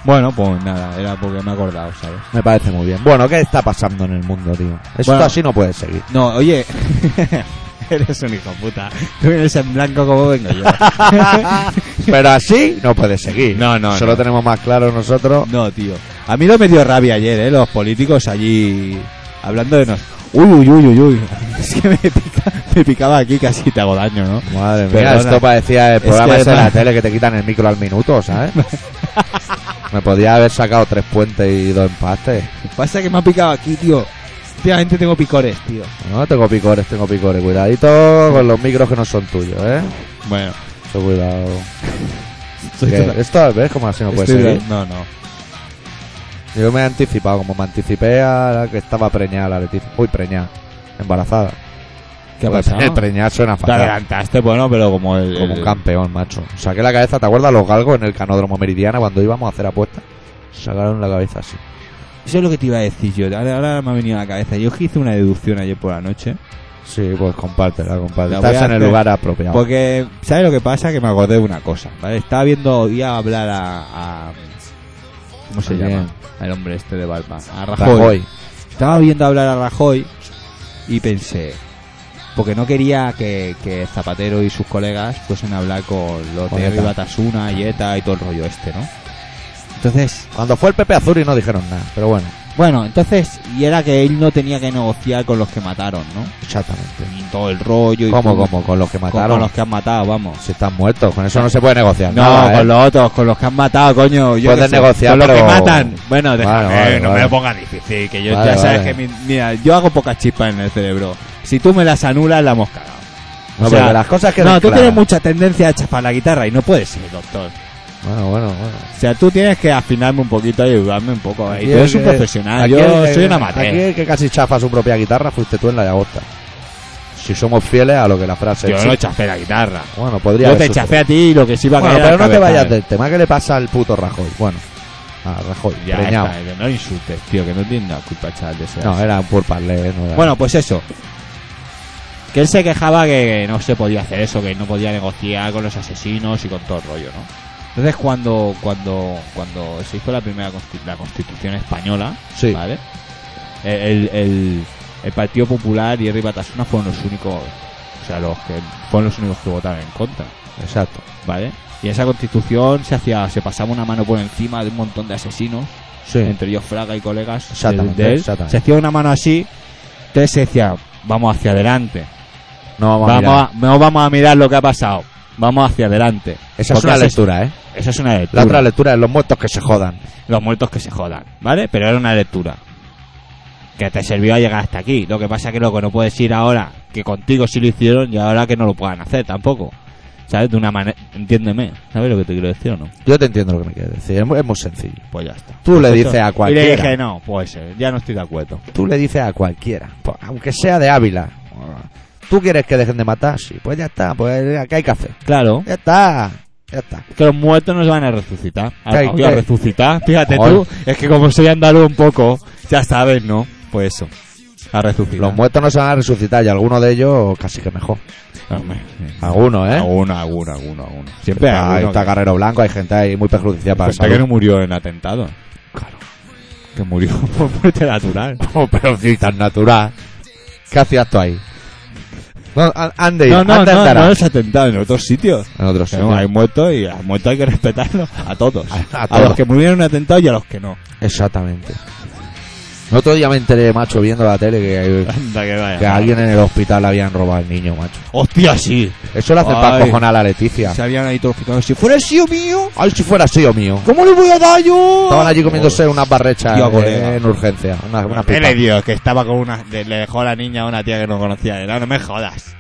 [SPEAKER 2] Bueno, pues nada, era porque me he acordado, ¿sabes?
[SPEAKER 1] Me parece muy bien. Bueno, ¿qué está pasando en el mundo, tío? Esto
[SPEAKER 2] Bueno.
[SPEAKER 1] así no puede seguir.
[SPEAKER 2] No, oye, eres un hijo puta. Tú vienes en blanco como vengo yo.
[SPEAKER 1] Pero así no puede seguir.
[SPEAKER 2] No, no,
[SPEAKER 1] Eso lo
[SPEAKER 2] no.
[SPEAKER 1] tenemos más claro nosotros.
[SPEAKER 2] no, tío. A mí lo me dio rabia ayer, ¿eh? Los políticos allí hablando de nos. Uy, uy, uy, uy, uy. Es que me, pica- me picaba aquí, casi te hago daño, ¿no?
[SPEAKER 1] Madre mía,
[SPEAKER 2] Perdona.
[SPEAKER 1] esto parecía el
[SPEAKER 2] Es
[SPEAKER 1] programa
[SPEAKER 2] que
[SPEAKER 1] ese de la
[SPEAKER 2] además-
[SPEAKER 1] tele que te quitan el micro al minuto, ¿sabes? Me podía haber sacado tres puentes y dos empates.
[SPEAKER 2] Pasa que me ha picado aquí, tío. Últimamente tengo picores, tío.
[SPEAKER 1] No, tengo picores, tengo picores. Cuidadito con los micros que no son tuyos, ¿eh?
[SPEAKER 2] Bueno,
[SPEAKER 1] Mucho cuidado.
[SPEAKER 2] estoy
[SPEAKER 1] Que
[SPEAKER 2] total-
[SPEAKER 1] Esto, ¿ves cómo así no puede
[SPEAKER 2] estoy-
[SPEAKER 1] seguir?
[SPEAKER 2] No, no.
[SPEAKER 1] Yo me he anticipado, como me anticipé a la que estaba preñada, la Leticia. Uy, preñada. Embarazada.
[SPEAKER 2] ¿Qué ha
[SPEAKER 1] Pues,
[SPEAKER 2] pasado?
[SPEAKER 1] eh, preñada suena
[SPEAKER 2] Te
[SPEAKER 1] fatal.
[SPEAKER 2] adelantaste, bueno, pero como el.
[SPEAKER 1] Como un
[SPEAKER 2] el-
[SPEAKER 1] campeón, macho. Saqué la cabeza, ¿te acuerdas los galgos en el canódromo meridiana cuando íbamos a hacer apuestas? Sacaron la cabeza así.
[SPEAKER 2] Eso es lo que te iba a decir yo. Ahora, ahora me ha venido a la cabeza. Yo es que hice una deducción ayer por la noche.
[SPEAKER 1] Sí, pues compártela, compártela.
[SPEAKER 2] La voy
[SPEAKER 1] Estás
[SPEAKER 2] a
[SPEAKER 1] en el
[SPEAKER 2] hacer.
[SPEAKER 1] lugar apropiado.
[SPEAKER 2] Porque, ¿sabes lo que pasa? Que me acordé de una cosa, ¿vale? Estaba viendo hoy día hablar a. a- ¿Cómo se
[SPEAKER 1] Bien.
[SPEAKER 2] llama? El hombre este de Balpa. A Rajoy.
[SPEAKER 1] Rajoy.
[SPEAKER 2] Estaba viendo hablar a Rajoy y pensé. Porque no quería que, que Zapatero y sus colegas fuesen a hablar con los
[SPEAKER 1] Con
[SPEAKER 2] de
[SPEAKER 1] ETA.
[SPEAKER 2] Batasuna y ETA y todo el rollo este, ¿no? Entonces,
[SPEAKER 1] Cuando fue el Pepe Azuri no dijeron nada, pero bueno,
[SPEAKER 2] bueno, entonces, y era que él no tenía que negociar con los que mataron, ¿no?
[SPEAKER 1] exactamente.
[SPEAKER 2] Y todo el rollo y
[SPEAKER 1] ¿Cómo,
[SPEAKER 2] todo-
[SPEAKER 1] cómo? Con los que
[SPEAKER 2] con-
[SPEAKER 1] mataron.
[SPEAKER 2] con los que han matado, vamos.
[SPEAKER 1] Si están muertos, con eso no se puede negociar.
[SPEAKER 2] No,
[SPEAKER 1] nada, ¿eh?
[SPEAKER 2] con los otros, con los que han matado, coño. Yo
[SPEAKER 1] Pueden
[SPEAKER 2] qué sé,
[SPEAKER 1] negociar,
[SPEAKER 2] con los
[SPEAKER 1] pero-
[SPEAKER 2] que matan. Bueno, déjame, eh,
[SPEAKER 1] Vale, vale,
[SPEAKER 2] no
[SPEAKER 1] vale.
[SPEAKER 2] me lo pongas difícil, que yo
[SPEAKER 1] Vale,
[SPEAKER 2] ya sabes
[SPEAKER 1] vale.
[SPEAKER 2] que mi- mira, yo hago pocas chispas en el cerebro. Si tú me las anulas, la hemos cagado.
[SPEAKER 1] No,
[SPEAKER 2] o sea,
[SPEAKER 1] porque las cosas que
[SPEAKER 2] no, tú tienes mucha tendencia a chafar la guitarra y no puedes ser, doctor.
[SPEAKER 1] Bueno, bueno, bueno.
[SPEAKER 2] O sea, tú tienes que afinarme un poquito y ayudarme un poco. ¿eh?
[SPEAKER 1] Aquí
[SPEAKER 2] Y Tú eres
[SPEAKER 1] el
[SPEAKER 2] un
[SPEAKER 1] que-
[SPEAKER 2] profesional,
[SPEAKER 1] aquí
[SPEAKER 2] yo
[SPEAKER 1] el que-
[SPEAKER 2] soy un amateur.
[SPEAKER 1] Aquí el que casi chafa su propia guitarra fuiste tú en la de agosta. Si somos fieles a lo que la frase
[SPEAKER 2] yo
[SPEAKER 1] es.
[SPEAKER 2] no chafé la guitarra.
[SPEAKER 1] Bueno, podría
[SPEAKER 2] Yo
[SPEAKER 1] haber
[SPEAKER 2] te
[SPEAKER 1] sucedido.
[SPEAKER 2] chafé a ti y lo que sí iba a
[SPEAKER 1] Bueno,
[SPEAKER 2] caer
[SPEAKER 1] pero
[SPEAKER 2] era
[SPEAKER 1] no te
[SPEAKER 2] cabezal.
[SPEAKER 1] vayas del tema. ¿Qué le pasa al puto Rajoy? Bueno, a Rajoy,
[SPEAKER 2] Ya,
[SPEAKER 1] preñado.
[SPEAKER 2] está, que no insultes, tío, que no tiene la culpa, chaval, de ser
[SPEAKER 1] No,
[SPEAKER 2] así.
[SPEAKER 1] era un purparle, ¿eh? no era-
[SPEAKER 2] Bueno, pues eso. Que él se quejaba que, que no se podía hacer eso, que no podía negociar con los asesinos y con todo el rollo, ¿no? Entonces cuando cuando cuando se hizo la primera consti- la Constitución española,
[SPEAKER 1] Sí.
[SPEAKER 2] ¿vale? El, el- el Partido Popular y Herri Batasuna fueron los únicos, o sea, los que fueron los únicos que votaron en contra,
[SPEAKER 1] exacto.
[SPEAKER 2] ¿vale? Y esa Constitución se hacía se pasaba una mano por encima de un montón de asesinos
[SPEAKER 1] Sí.
[SPEAKER 2] entre ellos Fraga y colegas de-
[SPEAKER 1] Exactamente,
[SPEAKER 2] de él.
[SPEAKER 1] exactamente.
[SPEAKER 2] se hacía una mano así, entonces se decía, vamos hacia adelante,
[SPEAKER 1] no vamos, a
[SPEAKER 2] vamos
[SPEAKER 1] mirar.
[SPEAKER 2] a- no vamos a mirar lo que ha pasado, vamos hacia adelante.
[SPEAKER 1] Esa es
[SPEAKER 2] Porque
[SPEAKER 1] una
[SPEAKER 2] esa
[SPEAKER 1] lectura, ¿eh?
[SPEAKER 2] Esa es una lectura.
[SPEAKER 1] La otra lectura es los muertos que se jodan.
[SPEAKER 2] Los muertos que se jodan, ¿vale? Pero era una lectura que te sirvió a llegar hasta aquí. Lo que pasa que loco, no puedes ir ahora, que contigo sí lo hicieron y ahora que no lo puedan hacer tampoco. ¿Sabes? De una manera, entiéndeme, ¿sabes lo que te quiero decir o no?
[SPEAKER 1] Yo te entiendo lo que me quieres decir. Es muy, es muy sencillo.
[SPEAKER 2] Pues ya está.
[SPEAKER 1] Tú le
[SPEAKER 2] Perfecto.
[SPEAKER 1] dices a
[SPEAKER 2] Y le
[SPEAKER 1] cualquiera.
[SPEAKER 2] dije, no, pues eh, ya no estoy de acuerdo.
[SPEAKER 1] Tú le dices a cualquiera, po- aunque sea de Ávila. ¿Tú quieres que dejen de matar? Sí, pues ya está. Pues, ¿qué hay que hacer?
[SPEAKER 2] Claro.
[SPEAKER 1] Ya está. Ya está.
[SPEAKER 2] que los muertos nos van a resucitar. A,
[SPEAKER 1] Ay,
[SPEAKER 2] voy a
[SPEAKER 1] qué-
[SPEAKER 2] resucitar, fíjate
[SPEAKER 1] Ay.
[SPEAKER 2] tú. Es que como soy andaluz un poco, ya sabes, ¿no? Pues eso. A resucitar.
[SPEAKER 1] Los muertos no se van a resucitar y alguno de ellos casi que mejor.
[SPEAKER 2] Hombre, sí.
[SPEAKER 1] Alguno, ¿eh?
[SPEAKER 2] Alguno, alguno, alguno, alguno. Siempre hay
[SPEAKER 1] Ah,
[SPEAKER 2] alguno
[SPEAKER 1] está
[SPEAKER 2] que-
[SPEAKER 1] Carrero Blanco, hay gente ahí muy perjudiciada para
[SPEAKER 2] gente
[SPEAKER 1] el salud.
[SPEAKER 2] que no murió en atentado.
[SPEAKER 1] Claro.
[SPEAKER 2] Que murió por muerte natural.
[SPEAKER 1] Oh, pero sí, tan natural. ¿Qué hacías tú ahí? No, a- han de ir,
[SPEAKER 2] no, no,
[SPEAKER 1] han de
[SPEAKER 2] no,
[SPEAKER 1] andar a-
[SPEAKER 2] no los atentados en otros sitios.
[SPEAKER 1] En otro
[SPEAKER 2] Que
[SPEAKER 1] sitio.
[SPEAKER 2] no, hay muertos y a los muertos hay que respetarlos a todos.
[SPEAKER 1] A- a
[SPEAKER 2] los
[SPEAKER 1] todos.
[SPEAKER 2] que murieron en atentado y a los que no.
[SPEAKER 1] Exactamente. El otro día me enteré, macho, viendo la tele que,
[SPEAKER 2] Anda, que vaya.
[SPEAKER 1] que a alguien en el hospital le habían robado al niño, macho.
[SPEAKER 2] Hostia, sí.
[SPEAKER 1] Eso lo hace
[SPEAKER 2] Ay.
[SPEAKER 1] para cojonar a la Leticia.
[SPEAKER 2] Se habían ahí todos picando. Si fuera el tío mío,
[SPEAKER 1] Ay, si fuera así o mío.
[SPEAKER 2] ¿cómo le voy a dar yo?
[SPEAKER 1] Estaban allí comiéndose unas barrechas
[SPEAKER 2] Tío,
[SPEAKER 1] eh,
[SPEAKER 2] colega.
[SPEAKER 1] en urgencia. Una, una
[SPEAKER 2] ¿Qué
[SPEAKER 1] pipa.
[SPEAKER 2] le dio? Que estaba con una. Le, le dejó la niña a una tía que no conocía. Era, no me jodas.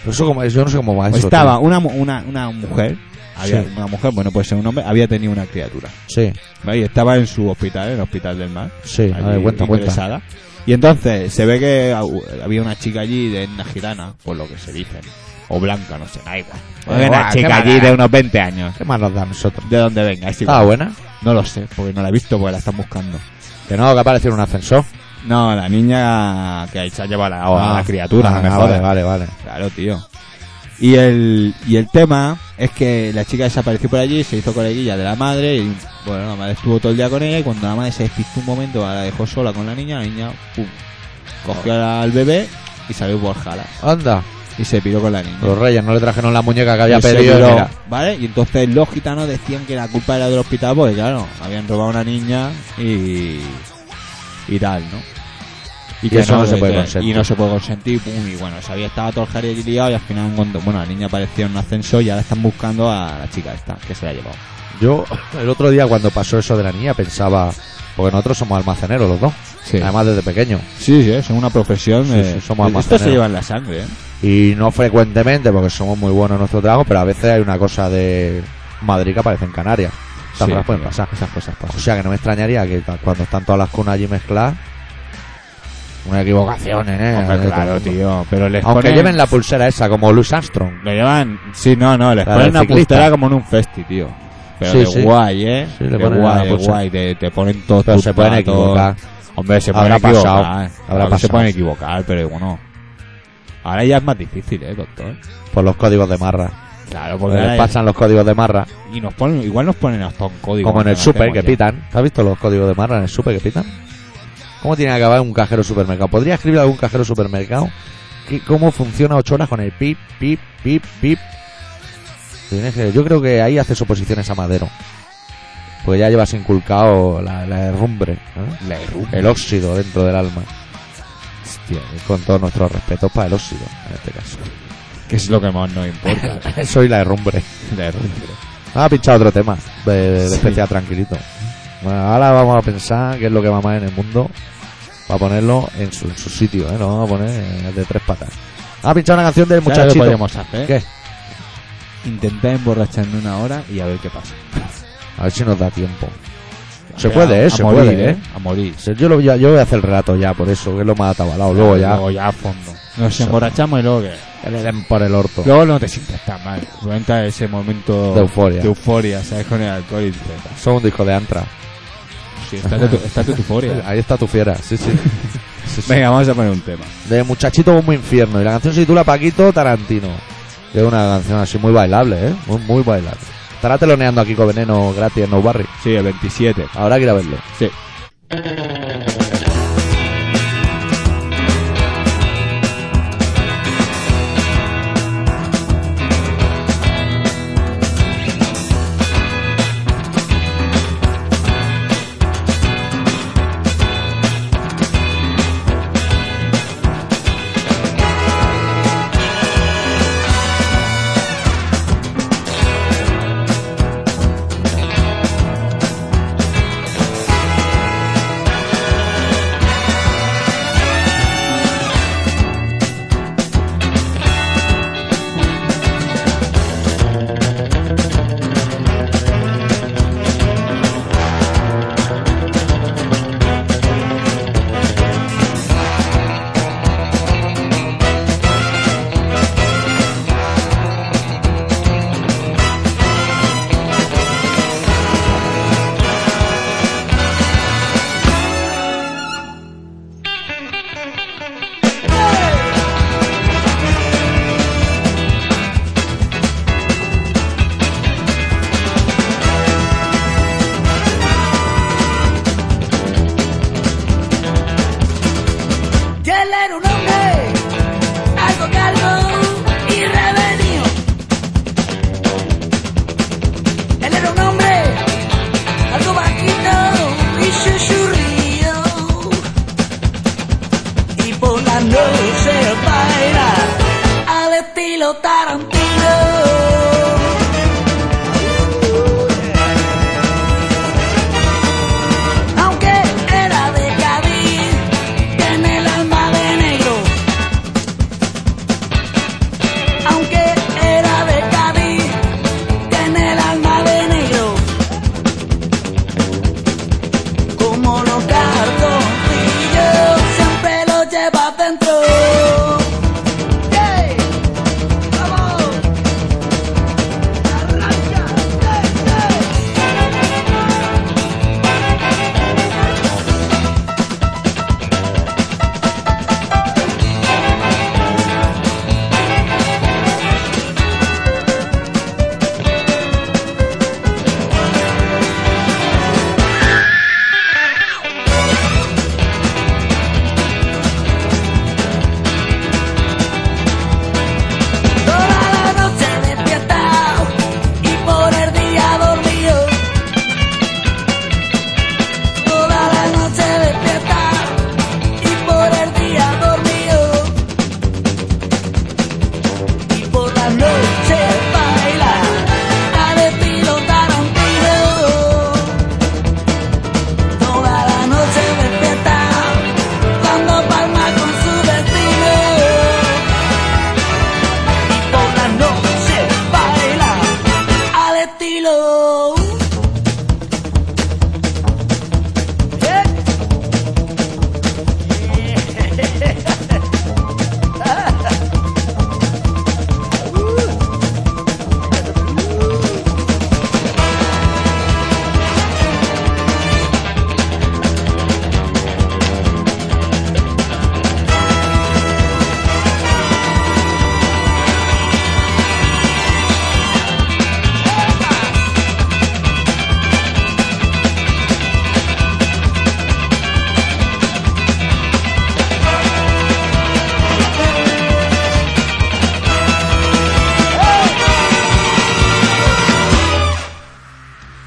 [SPEAKER 1] Pero Eso como, yo no sé cómo va Ah, eso.
[SPEAKER 2] estaba
[SPEAKER 1] tío.
[SPEAKER 2] una, mu- una, una mujer. Había
[SPEAKER 1] Sí.
[SPEAKER 2] una mujer, bueno, puede ser un hombre. Había tenido una criatura.
[SPEAKER 1] Sí,
[SPEAKER 2] ¿vale? Y estaba en su hospital, en el Hospital del Mar.
[SPEAKER 1] sí. A
[SPEAKER 2] allí
[SPEAKER 1] ver, cuenta, cuenta.
[SPEAKER 2] ingresada. Y entonces se ve que au- había una chica allí de una gitana, por lo que se dice. O blanca, no sé, da igual.
[SPEAKER 1] Da
[SPEAKER 2] Había
[SPEAKER 1] igual,
[SPEAKER 2] una
[SPEAKER 1] qué
[SPEAKER 2] chica allí
[SPEAKER 1] mala.
[SPEAKER 2] de unos 20 años.
[SPEAKER 1] ¿Qué más nos da a nosotros?
[SPEAKER 2] De dónde venga, es igual.
[SPEAKER 1] ¿Estaba buena?
[SPEAKER 2] No lo sé, porque no la he visto, porque la están buscando.
[SPEAKER 1] Que no, que apareció en un ascensor.
[SPEAKER 2] No, la niña que se ha llevado a la, a la
[SPEAKER 1] Ah,
[SPEAKER 2] criatura,
[SPEAKER 1] ah,
[SPEAKER 2] no me
[SPEAKER 1] ah,
[SPEAKER 2] jodas.
[SPEAKER 1] Vale, vale, vale.
[SPEAKER 2] Claro, tío. Y el, y el tema es que la chica desapareció por allí, se hizo coleguilla de la madre y bueno, la madre estuvo todo el día con ella y cuando la madre se despistó un momento, la dejó sola con la niña, la niña pum, cogió al bebé y salió por jala
[SPEAKER 1] Anda,
[SPEAKER 2] y se piró con la niña.
[SPEAKER 1] los reyes no le trajeron la muñeca que había
[SPEAKER 2] Y se
[SPEAKER 1] pedido.
[SPEAKER 2] piró,
[SPEAKER 1] mira.
[SPEAKER 2] ¿Vale? Y entonces los gitanos decían que la culpa era del hospital porque claro, habían robado a una niña y, y tal, ¿no?
[SPEAKER 1] Y que eso no se
[SPEAKER 2] que-
[SPEAKER 1] puede
[SPEAKER 2] que-
[SPEAKER 1] consentir.
[SPEAKER 2] Y no se puede consentir, pum, y bueno, se había estado todo el jardín liado y al final, cuando, bueno, la niña apareció en un ascensor y ahora están buscando a la chica esta, que se la ha llevado.
[SPEAKER 1] Yo, el otro día cuando pasó eso de la niña, pensaba. Porque nosotros somos almaceneros los dos.
[SPEAKER 2] Sí.
[SPEAKER 1] Además, desde pequeño.
[SPEAKER 2] Sí, sí, es una profesión.
[SPEAKER 1] Sí,
[SPEAKER 2] eh,
[SPEAKER 1] sí, somos
[SPEAKER 2] esto se
[SPEAKER 1] almaceneros.
[SPEAKER 2] lleva en la sangre, ¿eh?
[SPEAKER 1] Y no frecuentemente, porque somos muy buenos en nuestro trabajo, pero a veces hay una cosa de Madrid que aparece en Canarias. Esas
[SPEAKER 2] Sí,
[SPEAKER 1] cosas pueden
[SPEAKER 2] tío,
[SPEAKER 1] pasar.
[SPEAKER 2] Esas cosas pasan.
[SPEAKER 1] O sea que no me extrañaría que ca- cuando están todas las cunas allí mezcladas, una equivocación, ¿eh?
[SPEAKER 2] Hombre,
[SPEAKER 1] De todo
[SPEAKER 2] claro,
[SPEAKER 1] el mundo.
[SPEAKER 2] tío. Pero les
[SPEAKER 1] Aunque
[SPEAKER 2] ponen-
[SPEAKER 1] lleven la pulsera esa, como Louis Armstrong.
[SPEAKER 2] Lo llevan. Sí, no, no, les
[SPEAKER 1] La
[SPEAKER 2] ponen
[SPEAKER 1] del
[SPEAKER 2] una
[SPEAKER 1] ciclista.
[SPEAKER 2] pulsera como en un festi, tío. Pero
[SPEAKER 1] Sí,
[SPEAKER 2] de
[SPEAKER 1] sí.
[SPEAKER 2] guay, ¿eh?
[SPEAKER 1] Sí, le
[SPEAKER 2] de
[SPEAKER 1] ponen una
[SPEAKER 2] guay, de
[SPEAKER 1] pulsera.
[SPEAKER 2] guay. Te, te ponen todos
[SPEAKER 1] Pero
[SPEAKER 2] tus
[SPEAKER 1] se pueden
[SPEAKER 2] datos.
[SPEAKER 1] equivocar.
[SPEAKER 2] Hombre, se pueden
[SPEAKER 1] Habrá
[SPEAKER 2] equivocar.
[SPEAKER 1] pasado, habrá
[SPEAKER 2] Claro que Se
[SPEAKER 1] pasado.
[SPEAKER 2] pueden equivocar, pero bueno. Ahora ya es más difícil, ¿eh, doctor?
[SPEAKER 1] Por los códigos de marra.
[SPEAKER 2] Claro, porque
[SPEAKER 1] Porque
[SPEAKER 2] ahora
[SPEAKER 1] les
[SPEAKER 2] ya-
[SPEAKER 1] pasan los códigos de marra.
[SPEAKER 2] Y nos ponen, igual nos ponen hasta un código.
[SPEAKER 1] como en
[SPEAKER 2] que
[SPEAKER 1] el
[SPEAKER 2] no
[SPEAKER 1] super
[SPEAKER 2] hacemos
[SPEAKER 1] que
[SPEAKER 2] ya.
[SPEAKER 1] pitan. ¿Has visto los códigos de marra en el super que pitan? ¿Cómo tiene que acabar un cajero supermercado? ¿Podría escribir algún cajero supermercado? ¿Qué- ¿Cómo funciona ocho horas con el pip, pip, pip, pip? Tienes que- Yo creo que ahí haces oposiciones a Madero. Porque ya llevas inculcado la, la herrumbre, ¿no?
[SPEAKER 2] La herrumbre.
[SPEAKER 1] el óxido dentro del alma.
[SPEAKER 2] Hostia,
[SPEAKER 1] Con todo nuestro respeto para el óxido, en este caso.
[SPEAKER 2] que es lo que más nos importa.
[SPEAKER 1] Soy la herrumbre.
[SPEAKER 2] la herrumbre.
[SPEAKER 1] Ah, ha pinchado otro tema de, de
[SPEAKER 2] Sí.
[SPEAKER 1] especial tranquilito. Bueno, ahora vamos a pensar qué es lo que va más en el mundo para ponerlo en su, en su sitio, ¿eh? Lo vamos a poner eh, de tres patas. Ha pinchado una canción del
[SPEAKER 2] ¿Sabes lo que
[SPEAKER 1] muchachito.
[SPEAKER 2] podríamos hacer?
[SPEAKER 1] ¿Qué?
[SPEAKER 2] Intentar emborracharme una hora y a ver qué pasa.
[SPEAKER 1] A ver si nos da tiempo. Se
[SPEAKER 2] A-
[SPEAKER 1] puede, ¿eh?
[SPEAKER 2] a
[SPEAKER 1] Se
[SPEAKER 2] morir,
[SPEAKER 1] puede, ¿eh?
[SPEAKER 2] A morir.
[SPEAKER 1] Se- Yo, lo, ya- yo voy a hacer el relato ya, por eso, que es lo más atabalado. Luego ya
[SPEAKER 2] Luego ya a fondo. Nos
[SPEAKER 1] Eso.
[SPEAKER 2] emborrachamos y luego que.
[SPEAKER 1] que le den por el orto
[SPEAKER 2] Luego no te sientes tan mal. Cuenta ese momento
[SPEAKER 1] de euforia.
[SPEAKER 2] de euforia, ¿sabes? Con el alcohol y dices,
[SPEAKER 1] Son un disco de Antra.
[SPEAKER 2] Sí, estate tu, estate tu euforia.
[SPEAKER 1] Ahí está tu fiera, sí, sí. Sí, sí.
[SPEAKER 2] Venga, vamos a poner un tema.
[SPEAKER 1] de Muchachito Bombo Infierno. Y la canción se titula Paquito Tarantino. Que es una canción así muy bailable, ¿eh? Muy, muy bailable. Estará teloneando aquí con Veneno gratis en No Barry.
[SPEAKER 2] Sí, el 27.
[SPEAKER 1] Habrá que ir a verlo.
[SPEAKER 2] Sí.
[SPEAKER 4] Paquito Aunque era de Cádiz, tiene el alma de negro. Aunque era de Cádiz, tiene el alma de negro. Como los cartoncillos, siempre los lleva dentro. ¡Hey! ¡Vamos! ¡Arranca! ¡Hey, hey! Toda la noche despiertado y por el día dormido. Toda la noche despiertado y por el día dormido. Y por la noche baila al estilo Tarantino. Toda la noche despiertado dando palmas con su destino. Por la noche baila al estilo. Yeah.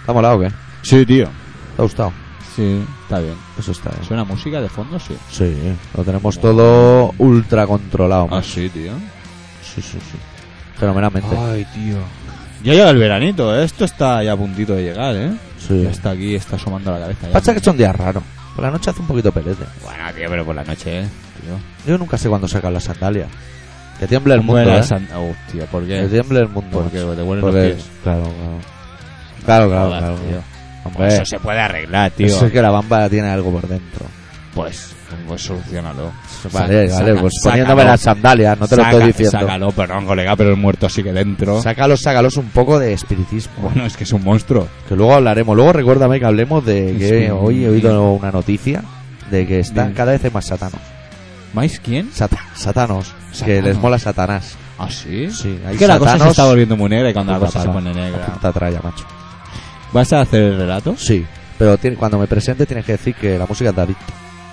[SPEAKER 1] ¿Está molado o qué? ¿Te
[SPEAKER 2] Sí, tío.
[SPEAKER 1] ha gustado?
[SPEAKER 2] Sí, está bien.
[SPEAKER 1] Eso está bien.
[SPEAKER 2] ¿Suena música de fondo? Sí.
[SPEAKER 1] Sí, ¿eh? lo tenemos todo ultra controlado. macho.
[SPEAKER 2] Ah, sí, tío.
[SPEAKER 1] Sí, sí, sí. Fenomenalmente.
[SPEAKER 2] Ay, tío. Ya llega el veranito, ¿eh? esto está ya a puntito de llegar, ¿eh?
[SPEAKER 1] Sí.
[SPEAKER 2] Ya está aquí, está asomando la cabeza. ya.
[SPEAKER 1] Pasa que son días raros. Por la noche hace un poquito pelete.
[SPEAKER 2] Bueno, tío, pero por la noche, ¿eh? Tío.
[SPEAKER 1] Yo nunca sé cuándo sacan las sandalias. Que tiemble el mundo,
[SPEAKER 2] Bueno,
[SPEAKER 1] ¿eh?
[SPEAKER 2] san- Hostia, ¿por
[SPEAKER 1] Que
[SPEAKER 2] qué?
[SPEAKER 1] tiemble el mundo.
[SPEAKER 2] Porque
[SPEAKER 1] macho.
[SPEAKER 2] te huelen los
[SPEAKER 1] Porque-
[SPEAKER 2] pies.
[SPEAKER 1] Claro, claro. Claro, claro,
[SPEAKER 2] Joder,
[SPEAKER 1] claro.
[SPEAKER 2] tío.
[SPEAKER 1] Hombre,
[SPEAKER 2] Eso se puede arreglar, tío.
[SPEAKER 1] eh. eso es que la bamba tiene algo por dentro.
[SPEAKER 2] Pues, pues solucionalo.
[SPEAKER 1] Vale,
[SPEAKER 2] Saca-
[SPEAKER 1] vale,
[SPEAKER 2] saca-
[SPEAKER 1] pues
[SPEAKER 2] sácalo.
[SPEAKER 1] poniéndome las sandalias, no te lo
[SPEAKER 2] Saca-
[SPEAKER 1] estoy diciendo.
[SPEAKER 2] Sácalo, perdón, colega, pero el muerto sigue dentro.
[SPEAKER 1] Sácalos, sácalos un poco de espiritismo.
[SPEAKER 2] Bueno, es que es un monstruo.
[SPEAKER 1] Que luego hablaremos. Luego recuérdame que hablemos de que
[SPEAKER 2] Sí.
[SPEAKER 1] hoy he oído una noticia de que están
[SPEAKER 2] De-
[SPEAKER 1] cada vez más satanos.
[SPEAKER 2] ¿Mais quién?
[SPEAKER 1] Sata- satanos. Que
[SPEAKER 2] Satanos.
[SPEAKER 1] les mola Satanás.
[SPEAKER 2] ¿Ah, sí?
[SPEAKER 1] Sí, hay
[SPEAKER 2] Es que la cosa se
[SPEAKER 1] satanos.
[SPEAKER 2] está volviendo muy negra y cuando la
[SPEAKER 1] Puta
[SPEAKER 2] cosa se
[SPEAKER 1] pala.
[SPEAKER 2] pone negra.
[SPEAKER 1] Puta tralla, macho.
[SPEAKER 2] ¿Vas a hacer el relato?
[SPEAKER 1] Sí. Pero tiene- cuando me presente tienes que decir que la música es David.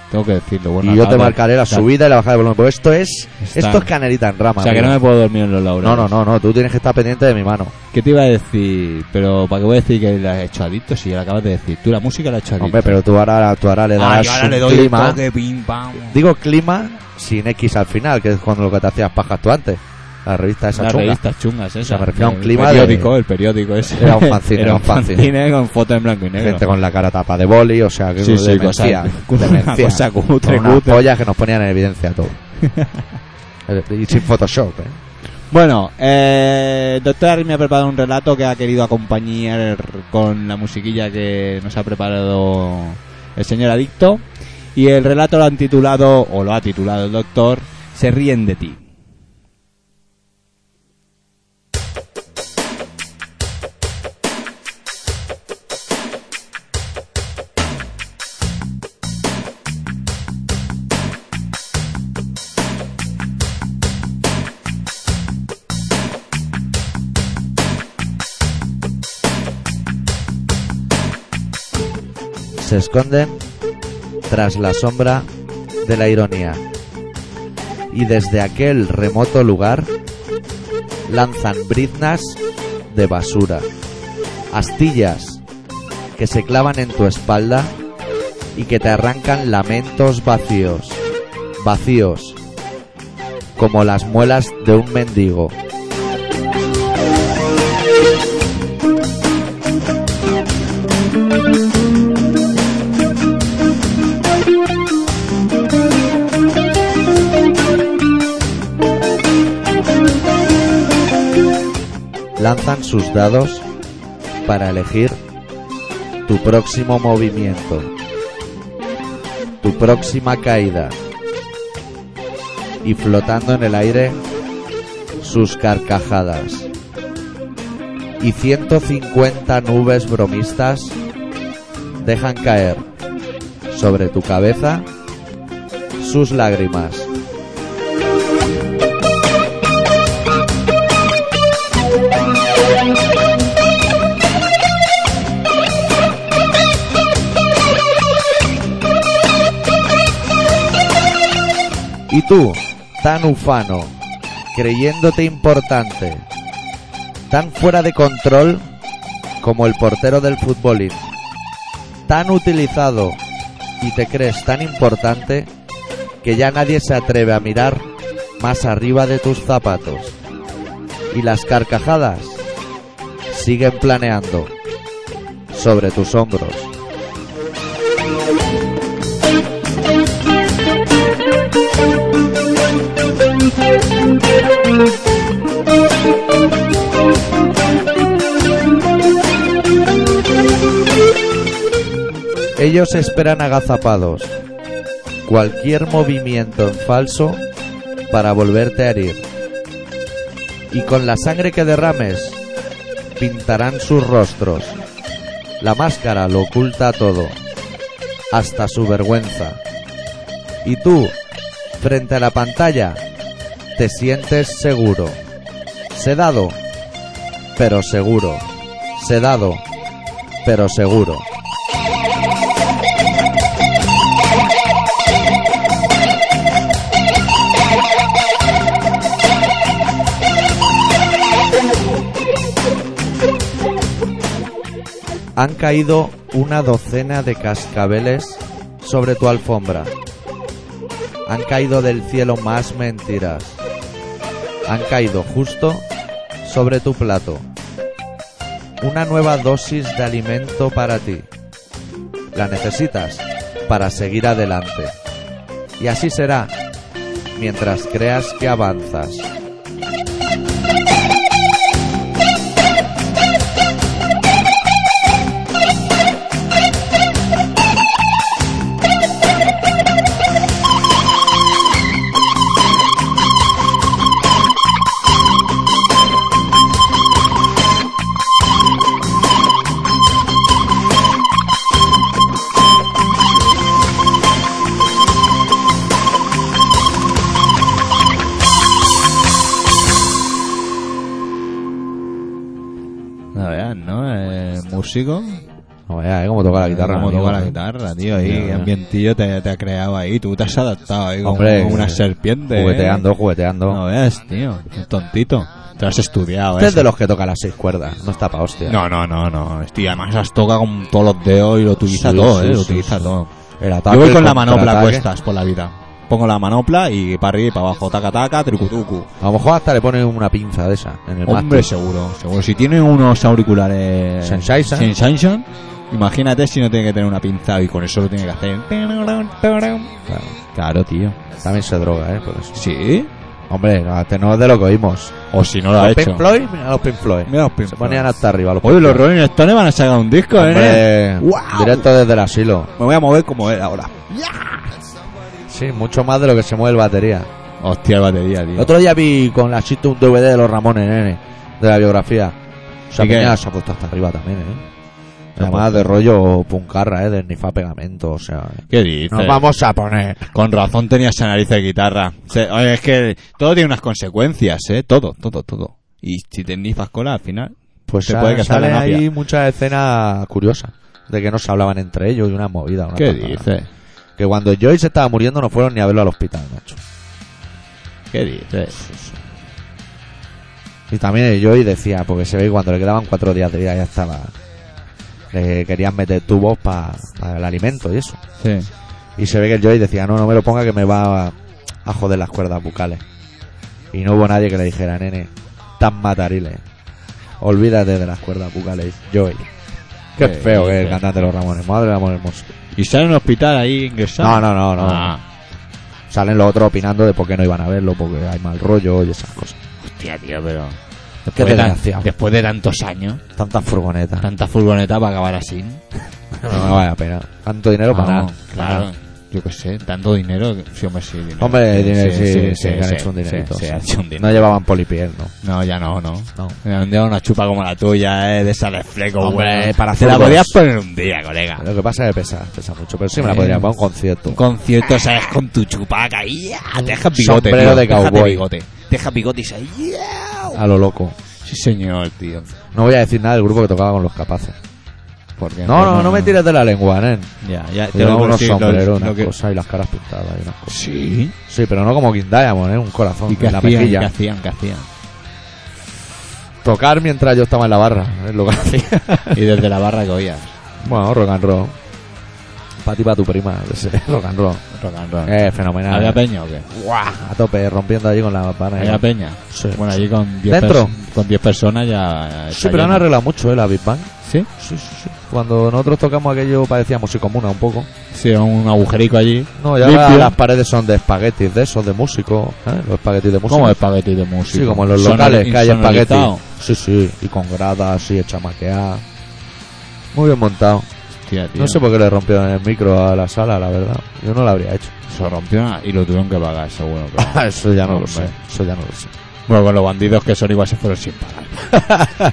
[SPEAKER 2] Tengo que decirlo. Bueno,
[SPEAKER 1] y yo
[SPEAKER 2] acabo-
[SPEAKER 1] te marcaré la
[SPEAKER 2] Está-
[SPEAKER 1] subida y la bajada de volumen. Pero esto es,
[SPEAKER 2] Está-
[SPEAKER 1] esto es canelita en rama.
[SPEAKER 2] O sea, que no
[SPEAKER 1] amigo.
[SPEAKER 2] me puedo dormir en los laureles.
[SPEAKER 1] no, no, no, no, Tú tienes que estar pendiente de mi mano.
[SPEAKER 2] ¿Qué te iba a decir? Pero, ¿para qué voy a decir que la he hecho adicto si ya la acabas de decir? Tú la música la has hecho adicto.
[SPEAKER 1] Hombre, pero tú ahora, tú ahora le
[SPEAKER 2] Ah,
[SPEAKER 1] darás
[SPEAKER 2] yo ahora
[SPEAKER 1] un
[SPEAKER 2] le doy el
[SPEAKER 1] clima.
[SPEAKER 2] toque, pim, pam.
[SPEAKER 1] Digo clima sin X al final, que es cuando lo que te hacías pajas tú antes. La revista esa
[SPEAKER 2] Las
[SPEAKER 1] chunga.
[SPEAKER 2] revistas chungas esas.
[SPEAKER 1] O sea, me refiero a un
[SPEAKER 2] El
[SPEAKER 1] clima
[SPEAKER 2] periódico,
[SPEAKER 1] de-
[SPEAKER 2] el periódico ese.
[SPEAKER 1] Era un fanzine,
[SPEAKER 2] Era
[SPEAKER 1] era
[SPEAKER 2] un
[SPEAKER 1] un fanzine.
[SPEAKER 2] fanzine con fotos en blanco y negro.
[SPEAKER 1] Gente con la cara tapa de boli, o sea, que
[SPEAKER 2] Sí, sí,
[SPEAKER 1] demencia,
[SPEAKER 2] cosa- con una
[SPEAKER 1] demencia.
[SPEAKER 2] cosa cutre,
[SPEAKER 1] Con unas
[SPEAKER 2] cutre.
[SPEAKER 1] pollas que nos ponían en evidencia todo. y sin Photoshop, ¿eh?
[SPEAKER 2] Bueno, eh, Doctor Harry me ha preparado un relato que ha querido acompañar con la musiquilla que nos ha preparado el señor Adicto. Y el relato lo han titulado, o lo ha titulado el doctor, Se ríen de ti.
[SPEAKER 1] se esconden tras la sombra de la ironía. Y desde aquel remoto lugar lanzan briznas de basura, astillas que se clavan en tu espalda y que te arrancan lamentos vacíos, vacíos, como las muelas de un mendigo. lanzan sus dados para elegir tu próximo movimiento, tu próxima caída. Y flotando en el aire sus carcajadas. Y 150 nubes bromistas dejan caer sobre tu cabeza sus lágrimas. Y tú, tan ufano, creyéndote importante, tan fuera de control como el portero del futbolín, tan utilizado y te crees tan importante que ya nadie se atreve a mirar más arriba de tus zapatos. Y las carcajadas siguen planeando sobre tus hombros. Ellos esperan agazapados cualquier movimiento en falso para volverte a herir. Y con la sangre que derrames pintarán sus rostros. La máscara lo oculta todo, hasta su vergüenza. Y tú, frente a la pantalla, te sientes seguro. Sedado, pero seguro. Sedado, pero seguro. han caído una docena de cascabeles sobre tu alfombra. Han caído del cielo más mentiras. Han caído justo sobre tu plato. Una nueva dosis de alimento para ti. La necesitas para seguir adelante. Y así será mientras creas que avanzas.
[SPEAKER 2] No veas, ¿no? Eh, músico.
[SPEAKER 1] No veas, ¿eh? cómo toca la guitarra.
[SPEAKER 2] Como
[SPEAKER 1] amigo,
[SPEAKER 2] toca la
[SPEAKER 1] ¿eh?
[SPEAKER 2] guitarra, tío. Ahí,
[SPEAKER 1] Ya, ya.
[SPEAKER 2] ambientillo te, te ha creado ahí. Tú te has adaptado ahí como,
[SPEAKER 1] Hombre,
[SPEAKER 2] como una
[SPEAKER 1] eh,
[SPEAKER 2] serpiente. ¿eh?
[SPEAKER 1] Jugueteando, jugueteando.
[SPEAKER 2] No veas, tío. Un tontito. Te lo has estudiado,
[SPEAKER 1] Este es
[SPEAKER 2] eso.
[SPEAKER 1] de los que toca las seis cuerdas. No está pa' hostia.
[SPEAKER 2] No, no, no, no. Tío, además las toca con todos los dedos y lo utiliza
[SPEAKER 1] Sí,
[SPEAKER 2] todo,
[SPEAKER 1] sí,
[SPEAKER 2] eh. Lo
[SPEAKER 1] sí,
[SPEAKER 2] utiliza
[SPEAKER 1] sí.
[SPEAKER 2] todo.
[SPEAKER 1] El ataque,
[SPEAKER 2] Yo voy
[SPEAKER 1] el
[SPEAKER 2] con la manopla
[SPEAKER 1] contraataque.
[SPEAKER 2] puestas por la vida. Pongo la manopla y para arriba y para abajo, taca taca, tricutucu.
[SPEAKER 1] A lo mejor hasta le ponen una pinza de esa en el
[SPEAKER 2] Hombre,
[SPEAKER 1] mástil.
[SPEAKER 2] seguro, seguro. Si tiene unos auriculares
[SPEAKER 1] Sensation.
[SPEAKER 2] Sensation, imagínate si no tiene que tener una pinza y con eso lo tiene que hacer.
[SPEAKER 1] Claro.
[SPEAKER 2] Claro, tío.
[SPEAKER 1] También se droga, ¿eh? Por eso.
[SPEAKER 2] Sí.
[SPEAKER 1] Hombre, no, este no es de lo que oímos.
[SPEAKER 2] O si no lo ha
[SPEAKER 1] los Pink
[SPEAKER 2] hecho.
[SPEAKER 1] Floyd, mira los Pink Floyd.
[SPEAKER 2] Mira los Pink
[SPEAKER 1] se
[SPEAKER 2] Floyd.
[SPEAKER 1] ponían hasta arriba los
[SPEAKER 2] Oye,
[SPEAKER 1] Pink
[SPEAKER 2] los
[SPEAKER 1] Floyd.
[SPEAKER 2] Rolling Stones van a sacar un disco, ¿eh?
[SPEAKER 1] Hombre,
[SPEAKER 2] ¡Guau!
[SPEAKER 1] Directo desde el asilo.
[SPEAKER 2] Me voy a mover como él ahora.
[SPEAKER 1] Sí, mucho más de lo que se mueve el batería.
[SPEAKER 2] Hostia, el batería,
[SPEAKER 1] El
[SPEAKER 2] tío.
[SPEAKER 1] otro día vi con la chiste un DVD de los Ramones, nene, de la biografía. O sea,
[SPEAKER 2] ¿Y qué?
[SPEAKER 1] mira, se ha puesto hasta arriba también, ¿eh?
[SPEAKER 2] Se ha
[SPEAKER 1] Además de rollo puncarra, ¿eh? De nifa pegamento, o sea... ¿eh?
[SPEAKER 2] ¿Qué dices?
[SPEAKER 1] Nos vamos a poner...
[SPEAKER 2] Con razón tenía esa nariz de guitarra. Se- oye, es que todo tiene unas consecuencias, ¿eh? Todo, todo, todo. Y si te nifas cola al final.
[SPEAKER 1] Pues
[SPEAKER 2] Se
[SPEAKER 1] sa-
[SPEAKER 2] puede que
[SPEAKER 1] sale
[SPEAKER 2] salga
[SPEAKER 1] ahí
[SPEAKER 2] Napia.
[SPEAKER 1] muchas escenas curiosas de que no se hablaban entre ellos y una movida. una
[SPEAKER 2] ¿Qué
[SPEAKER 1] tajada.
[SPEAKER 2] dices?
[SPEAKER 1] Que cuando Joy se estaba muriendo no fueron ni a verlo al hospital, macho.
[SPEAKER 2] ¿Qué dices?
[SPEAKER 1] Y también Joy decía, porque se ve que cuando le quedaban cuatro días de vida ya estaba. Le querían meter tubos para el alimento y eso.
[SPEAKER 2] Sí.
[SPEAKER 1] Y se ve que el Joy decía, no, no me lo ponga que me va a, a joder las cuerdas bucales. Y no hubo nadie que le dijera, nene, tan matariles. Olvídate de las cuerdas bucales, Joy. Qué
[SPEAKER 2] Qué
[SPEAKER 1] feo que es el
[SPEAKER 2] dices.
[SPEAKER 1] cantante de los Ramones, madre del amor hermoso.
[SPEAKER 2] ¿Y sale en un hospital ahí ingresado?
[SPEAKER 1] No, no, no, no.
[SPEAKER 2] Ah,
[SPEAKER 1] Salen los otros opinando de por qué no iban a verlo, porque hay mal rollo y esas cosas.
[SPEAKER 2] hostia, tío, pero.
[SPEAKER 1] Qué
[SPEAKER 2] Después de tan-
[SPEAKER 1] desgraciado.
[SPEAKER 2] después de tantos años,
[SPEAKER 1] Tantas furgonetas.
[SPEAKER 2] tanta furgoneta para acabar así.
[SPEAKER 1] No, no vale la pena. Tanto dinero para
[SPEAKER 2] Vamos,
[SPEAKER 1] nada.
[SPEAKER 2] claro. Yo qué sé, tanto dinero. que- Sí, hombre, sí, dinero.
[SPEAKER 1] Hombre, dinero, sí, sí,
[SPEAKER 2] sí,
[SPEAKER 1] que han
[SPEAKER 2] sí,
[SPEAKER 1] hecho un
[SPEAKER 2] sí,
[SPEAKER 1] dinerito.
[SPEAKER 2] sí,
[SPEAKER 1] sí.
[SPEAKER 2] han hecho un
[SPEAKER 1] No
[SPEAKER 2] dinero.
[SPEAKER 1] llevaban polipiel, ¿no?
[SPEAKER 2] No, ya no, no.
[SPEAKER 1] No.
[SPEAKER 2] Me han dado una chupa como la tuya, eh, de esa de fleco,
[SPEAKER 1] Hombre,
[SPEAKER 2] güey.
[SPEAKER 1] para
[SPEAKER 2] Te la
[SPEAKER 1] furgos.
[SPEAKER 2] podías poner un día, colega.
[SPEAKER 1] Lo que pasa es que pesa, pesa mucho. Pero sí me la
[SPEAKER 2] Ah. Eh,
[SPEAKER 1] podría para un
[SPEAKER 2] Un
[SPEAKER 1] concierto.
[SPEAKER 2] concierto, ¿sabes? Con tu chupaca. ¡Ya! Te dejas bigote,
[SPEAKER 1] Sombrero
[SPEAKER 2] tío,
[SPEAKER 1] de
[SPEAKER 2] déjate
[SPEAKER 1] cowboy.
[SPEAKER 2] bigote. Te dejas bigote y se... ¡Ya!
[SPEAKER 1] A lo loco.
[SPEAKER 2] Sí, señor, tío.
[SPEAKER 1] No voy a decir nada del grupo que tocaba con los capaces.
[SPEAKER 2] ¿Por qué?
[SPEAKER 1] No, no, no me tires de la lengua, nen.
[SPEAKER 2] Ya, ya.
[SPEAKER 1] Te
[SPEAKER 2] voy a
[SPEAKER 1] unos
[SPEAKER 2] decir Este lo-
[SPEAKER 1] sombreros,
[SPEAKER 2] lo
[SPEAKER 1] unas
[SPEAKER 2] que-
[SPEAKER 1] cosas y las caras pintadas y unas cosas.
[SPEAKER 2] Sí.
[SPEAKER 1] Sí, pero no como King Diamond, ¿eh? Un corazón
[SPEAKER 2] ¿Y qué
[SPEAKER 1] en la
[SPEAKER 2] hacían? ¿Qué
[SPEAKER 1] mejilla.
[SPEAKER 2] hacían? ¿Qué hacían?
[SPEAKER 1] Tocar mientras yo estaba en la barra, es lo que hacía.
[SPEAKER 2] Y desde la barra que oías.
[SPEAKER 1] bueno, rock and roll. Pa' ti, pa' tu prima, ese rock and roll.
[SPEAKER 2] Rock and roll.
[SPEAKER 1] Eh, fenomenal.
[SPEAKER 2] ¿Había
[SPEAKER 1] eh.
[SPEAKER 2] peña o qué?
[SPEAKER 1] A tope, rompiendo allí con la barra.
[SPEAKER 2] ¿Había peña?
[SPEAKER 1] Sí.
[SPEAKER 2] Bueno, allí con 10
[SPEAKER 1] ¿Dentro?
[SPEAKER 2] pers- con 10 personas ya...
[SPEAKER 1] Sí, pero han
[SPEAKER 2] ahora
[SPEAKER 1] arreglado mucho, ¿eh? La Big Bang.
[SPEAKER 2] ¿Sí?
[SPEAKER 1] Sí, sí, sí. Cuando nosotros tocamos aquello parecía música comuna un poco.
[SPEAKER 2] Sí, un agujerico allí.
[SPEAKER 1] No, ya
[SPEAKER 2] Limpio.
[SPEAKER 1] las paredes son de espaguetis, de esos, de músicos. ¿eh? Los espaguetis de música.
[SPEAKER 2] Como espagueti de música.
[SPEAKER 1] Sí, como en los
[SPEAKER 2] Sonor-
[SPEAKER 1] locales que hay espagueti.
[SPEAKER 2] insonorizado.
[SPEAKER 1] Sí, sí, y con gradas, sí, hecha maqueada. Muy bien montado.
[SPEAKER 2] Hostia, tío.
[SPEAKER 1] No sé por qué le rompieron el micro a la sala, la verdad. Yo no lo habría hecho.
[SPEAKER 2] Se rompió y lo tuvieron que pagar, seguro. pero-
[SPEAKER 1] Ah, Eso ya no lo
[SPEAKER 2] Hombre.
[SPEAKER 1] sé. Eso ya no lo sé.
[SPEAKER 2] bueno, con los bandidos que son igual se fueron sin pagar.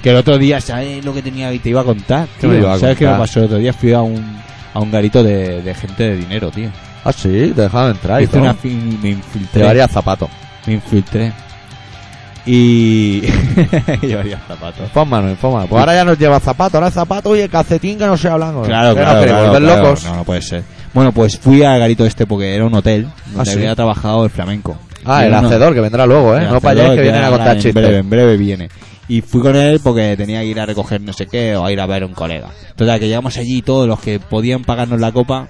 [SPEAKER 2] que el otro día, ¿sabes lo que tenía y te iba a contar?
[SPEAKER 1] ¿Qué me
[SPEAKER 2] tío?
[SPEAKER 1] iba a
[SPEAKER 2] ¿Sabes qué me
[SPEAKER 1] contar?
[SPEAKER 2] pasó el otro día? Fui a un, a un garito de, de gente de dinero, tío.
[SPEAKER 1] Ah, sí, te dejaban entrar y
[SPEAKER 2] Hice
[SPEAKER 1] todo.
[SPEAKER 2] una fin- me infiltré.
[SPEAKER 1] Llevaría zapatos.
[SPEAKER 2] Me infiltré. Y. Llevaría zapatos.
[SPEAKER 1] Infórmanos, infórmanos. Pues ahora ya nos lleva zapatos, ahora zapatos y el calcetín que no sea blanco.
[SPEAKER 2] Claro,
[SPEAKER 1] Que
[SPEAKER 2] claro,
[SPEAKER 1] nos queremos
[SPEAKER 2] claro,
[SPEAKER 1] volver
[SPEAKER 2] claro.
[SPEAKER 1] locos.
[SPEAKER 2] No, no puede ser. Bueno, pues fui al garito este porque era un hotel donde
[SPEAKER 1] Ah, ¿sí?
[SPEAKER 2] había trabajado el flamenco.
[SPEAKER 1] Ah,
[SPEAKER 2] Y
[SPEAKER 1] el
[SPEAKER 2] era uno-
[SPEAKER 1] hacedor que vendrá luego, ¿eh?
[SPEAKER 2] el
[SPEAKER 1] No vayáis
[SPEAKER 2] hacedor
[SPEAKER 1] que vienen a
[SPEAKER 2] ahora
[SPEAKER 1] contar
[SPEAKER 2] En breve,
[SPEAKER 1] chistes.
[SPEAKER 2] en breve viene. Y fui con él porque tenía que ir a recoger no sé qué o a ir a ver a un colega. Total, que llegamos allí y todos los que podían pagarnos la copa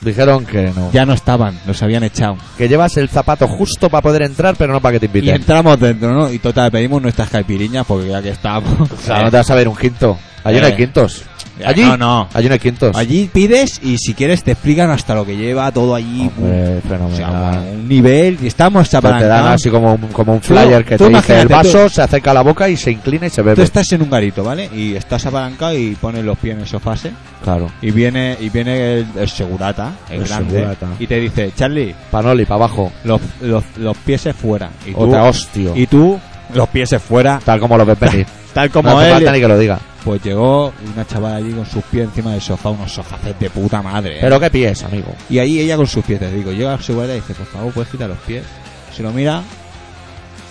[SPEAKER 1] Dijeron que no.
[SPEAKER 2] ya no estaban, los habían echado.
[SPEAKER 1] Que llevas el zapato justo para poder entrar, pero no para que te
[SPEAKER 2] Y
[SPEAKER 1] inviten.
[SPEAKER 2] entramos dentro, ¿no? Y total, pedimos nuestras caipiriñas porque ya que estábamos.
[SPEAKER 1] O sea, no te vas a ver un quinto. Allí no hay
[SPEAKER 2] Eh.
[SPEAKER 1] quintos.
[SPEAKER 2] Eh,
[SPEAKER 1] Allí
[SPEAKER 2] No, no.
[SPEAKER 1] Allí no hay quintos.
[SPEAKER 2] Allí pides y si quieres te explican hasta lo que lleva todo allí.
[SPEAKER 1] Hombre,
[SPEAKER 2] O sea,
[SPEAKER 1] fenomenal.
[SPEAKER 2] un nivel, y estamos
[SPEAKER 1] Pero te dan
[SPEAKER 2] apalancados.
[SPEAKER 1] así como un, como un flyer
[SPEAKER 2] Tú-
[SPEAKER 1] que
[SPEAKER 2] tú
[SPEAKER 1] te dice
[SPEAKER 2] imagínate,
[SPEAKER 1] el vaso, se acerca a la boca y se inclina y se
[SPEAKER 2] Tú
[SPEAKER 1] bebe.
[SPEAKER 2] estás en un garito, ¿vale? Y estás apalancado y pones los pies en el sofá ese,
[SPEAKER 1] Claro.
[SPEAKER 2] y viene y viene el, el segurata, el,
[SPEAKER 1] El
[SPEAKER 2] grande,
[SPEAKER 1] segurata.
[SPEAKER 2] y te dice, "Charlie,
[SPEAKER 1] Panoli, para abajo.
[SPEAKER 2] los, los, los pies se fuera." Y tú,
[SPEAKER 1] Otra hostio.
[SPEAKER 2] y tú los pies se fuera,
[SPEAKER 1] Tal como lo ves venir.
[SPEAKER 2] tal como
[SPEAKER 1] No hace falta ni
[SPEAKER 2] él.
[SPEAKER 1] que lo diga.
[SPEAKER 2] Pues llegó una chavala allí con sus pies encima del sofá, unos sofacets de puta madre. ¿eh?
[SPEAKER 1] Pero qué pies, amigo.
[SPEAKER 2] Y ahí ella con sus pies, te digo, llega al seguridad y dice, por favor, puedes quitar los pies. Se lo mira,